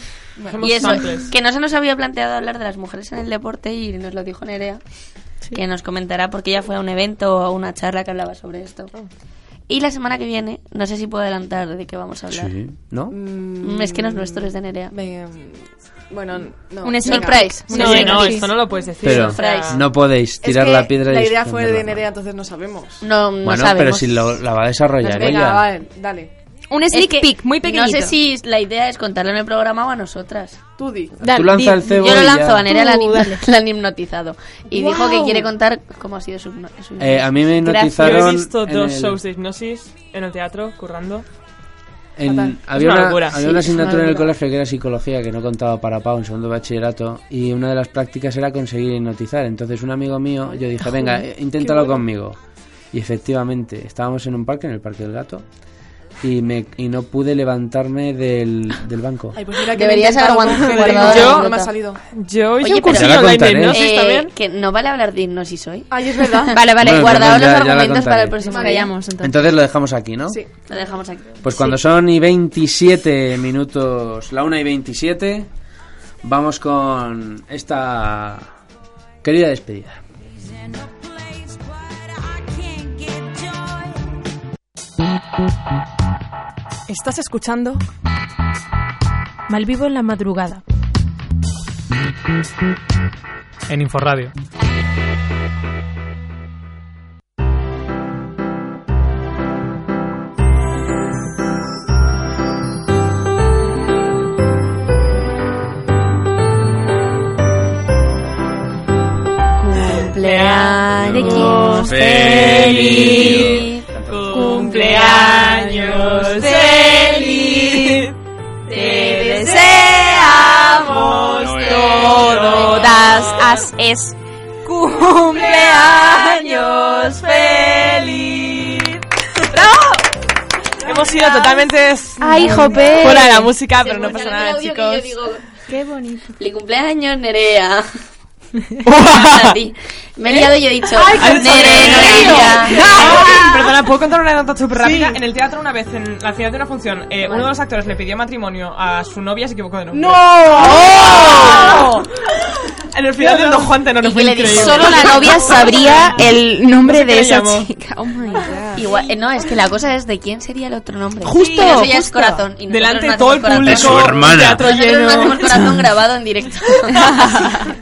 Y eso, que no se nos había planteado hablar de las mujeres en el deporte y nos lo dijo Nerea, que nos comentará porque ella fue a un evento o a una charla que hablaba sobre esto. Y la semana que viene, no sé si puedo adelantar de qué vamos a hablar.
Sí, ¿no?
Mm, Es que no es nuestro, es de Nerea.
Bueno, no.
Un
venga.
surprise.
No,
Sí,
no,
sí.
esto no lo puedes decir.
Pero
Surprise.
no podéis
Es
tirar
que
la piedra y
La idea fue
desprenderla.
de Nerea, entonces no sabemos. Pues
No, no
Bueno,
sabemos.
pero si lo- la va a desarrollar
Venga,
ella.
vale, dale.
Un sneak peek muy
No sé
pequeñito.
si la idea es contarlo en el programa o a nosotras.
Tú di.
Dale, lanza di. el cebo
Yo lo
y ya.
lanzo, a Nerea la, han
Tú,
hipno-
dale.
la han hipnotizado. Y dijo que
Guau.
quiere contar cómo ha sido su, hipno- su
Eh, a mí me
Gracias.
hipnotizaron
Yo he visto
en
dos
el-
shows de hipnosis en el teatro, currando.
En-
Fatal.
había
Es una
una,
locura.
había
Sí,
una
es una
asignatura en el
locura.
colegio que era psicología que no contaba para Pau en segundo de bachillerato y una de las prácticas era conseguir hipnotizar. Entonces un amigo mío, yo dije,
Joder,
venga,
qué
eh, inténtalo
bueno.
conmigo. Y efectivamente, estábamos en un parque, en el Parque del Gato, y, me, y no pude levantarme del, del banco.
Ay, pues mira que
Deberías
me he
haber
intentado
guardado-
con Federico,
guardado la
no me
nota.
ha salido.
Yo
Oye,
hice un
pero-
cursillo online de
contaré.
hipnosis
Eh,
también.
Que no vale hablar de hipnosis hoy.
Ay, es verdad.
Vale, vale,
Bueno,
guardaos
pues ya-
los
ya la
argumentos
contaré.
para el próximo
Vale.
día.
Vayamos, entonces.
Entonces lo dejamos aquí, ¿no?
Sí,
lo dejamos aquí.
Pues cuando son y 27 minutos, la 1 y 27, vamos con esta querida despedida.
¿Estás escuchando? Malvivo en la madrugada.
En Inforradio.
Cumpleaños
feliz.
Cumpleaños
feliz.
Te deseamos
Todas as es
¡Cumpleaños feliz! ¡Bravo! Hemos sido totalmente
Ay, jope.
fuera de la música,
Se
pero no
pone
pasa
en el
nada,
audio que yo
chicos.
digo,
Qué bonito.
Feliz cumpleaños, Nerea. Para ti. Me he liado y he dicho,
Ay, qué
Nerea.
sorprendido. Perdona, ¿puedo contar una anécdota súper rápida? En el teatro una vez, en la final de una función, eh, uno de los actores le pidió matrimonio a su novia, se equivocó de nombre.
¡No!
En el final del Don Juan Tenor
Y
fue
que le diga,
increíble.
solo la
novia sabría el nombre
No sé
de
qué
esa
le llamó.
chica. Oh my god.
Igual, eh, no, es que la cosa es de quién sería el otro nombre.
Justo,
Y eso ya es
justo.
corazón. Y nosotros
Delante
no
de todo el
hacemos corazón.
público.
Es su
hermana. Teatro
Nosotros
lleno.
no hacemos corazón grabado en directo.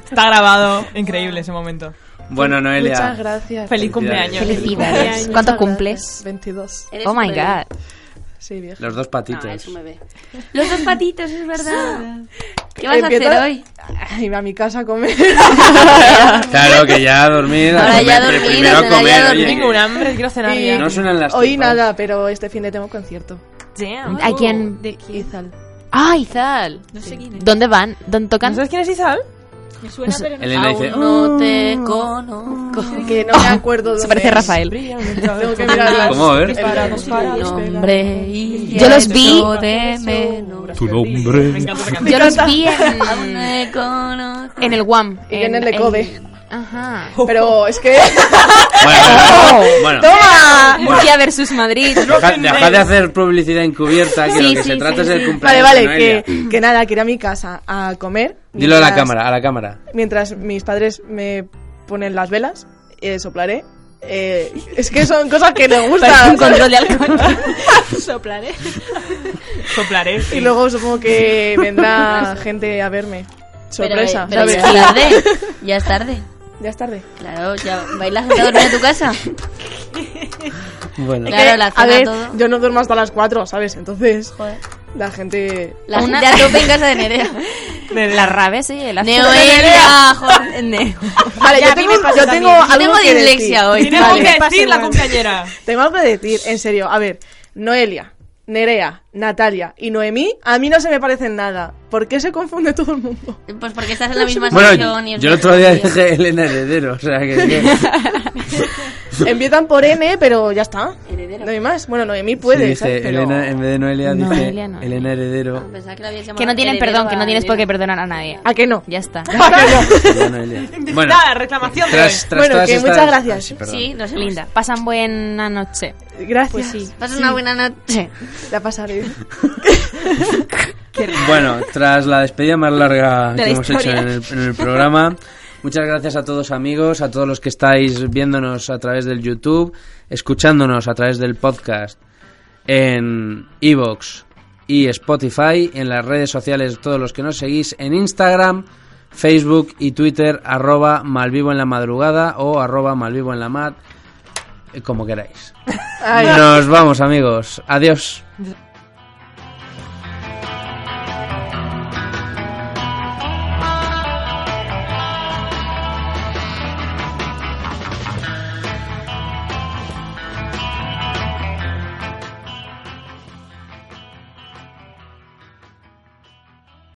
Está grabado. Increíble ese momento.
Bueno, Noelia.
Muchas gracias.
Feliz cumpleaños.
Felicidades. ¿Cuántos cumples?
22.
Oh my god.
Sí, vieja.
Los dos
Ah,
patitos.
Los dos patitos, es verdad. ¿Qué vas
Empiezo-
a hacer hoy?
Ay, va a mi casa a comer.
Claro, que ya a dormir. a
Ahora
comer,
ya
pero
dormir,
primero a
ahora ya
comer, oye,
dormir. Ningún
que-
hambre, quiero cenar
Y-
ya.
No suenan las
Hoy
tripas.
nada, pero este fin de tengo concierto. Oh,
¿A quién?
De Izal.
Ah, Izal.
No sé quién es.
¿Dónde van? ¿Dónde tocan?
¿Sabes quién es Izal?
Me
suena, pero
no- Elena dice, "Mm,
No te conozco.
Mm. Que no me acuerdo
Oh. Se
dónde
parece
es.
Rafael.
Tengo que mirarlas.
¿Cómo? A ver.
El de-
Nombre y
Yo los vi.
hecho de menos.
Tu nombre.
pues
Yo los vi en,
Me conozco.
en el Guam.
Y en el de Kobe.
Ajá.
Pero es que.
Bueno,
¡Toma!
Bueno.
Murcia versus Madrid.
Deja, dejad de hacer publicidad encubierta, que
Sí,
lo que
sí,
se trata
sí,
es del
sí.
cumpleaños.
Vale,
de
vale,
Noelia.
que, que nada, que ir a mi casa a comer.
Dilo a la
mientras-
cámara, a la cámara.
Mientras mis padres me ponen las velas, eh, soplaré. Eh, es que son cosas que me
Parece
gustan.
un control de alcohol.
Soplaré.
Soplaré.
Y luego supongo que vendrá gente a verme. Sorpresa,
Pero, eh, pero
¿sabes?
ya es tarde. Ya es tarde.
Ya es tarde.
Claro, ya bailas a dormir a tu casa.
Bueno.
Es
Claro,
que,
la
a
cena,
ver,
todo.
yo no duermo hasta las 4, ¿sabes? Entonces, la gente...
La gente a tope en casa de Nerea.
De la rave, sí. De la
Neoelia,
Vale,
Ya,
yo
a mí
tengo,
me pasa
yo
también.
tengo
Yo
algo
tengo
que
dislexia
decir.
hoy. Tiene algo que decir la
igual.
cumpleañera.
Tengo algo que decir, en serio. A ver, Noelia, Nerea, Natalia y Noemí, a mí no se me parecen nada. ¿Por qué se confunde todo el mundo?
Pues porque estás en la misma
Bueno,
sección y
yo
es
el
una
otro día
sección.
dije Elena Heredero, o sea que...
Empiezan por N, pero ya está. No hay más. Bueno, Noemí
Sí,
puede,
dice
¿sabes? Pero-
Elena, en vez de Noelia, dice
Noelia, Noelia.
Elena Heredero.
Que no tienen perdón, que no tienes por qué perdonar a nadie.
¿A que no?
Ya está.
Elena Noelia. Bueno,
reclamación
de tras- hoy. tras
bueno,
todas
que
estas-
muchas gracias.
Sí, perdón.
Sí, Linda. Pasan buena noche.
Gracias.
Pues sí.
Pasa una buena noche.
La pasaré.
Bueno, tras la despedida más larga
De
que
la
hemos hecho
historia.
en el, en el programa, muchas gracias a todos amigos, a todos los que estáis viéndonos a través del YouTube, escuchándonos a través del podcast en Evox y Spotify, en las redes sociales todos los que nos seguís, en Instagram, Facebook y Twitter, arroba malvivo en la madrugada o arroba malvivo en la mat, eh, como queráis.
Ay.
Nos vamos amigos, adiós.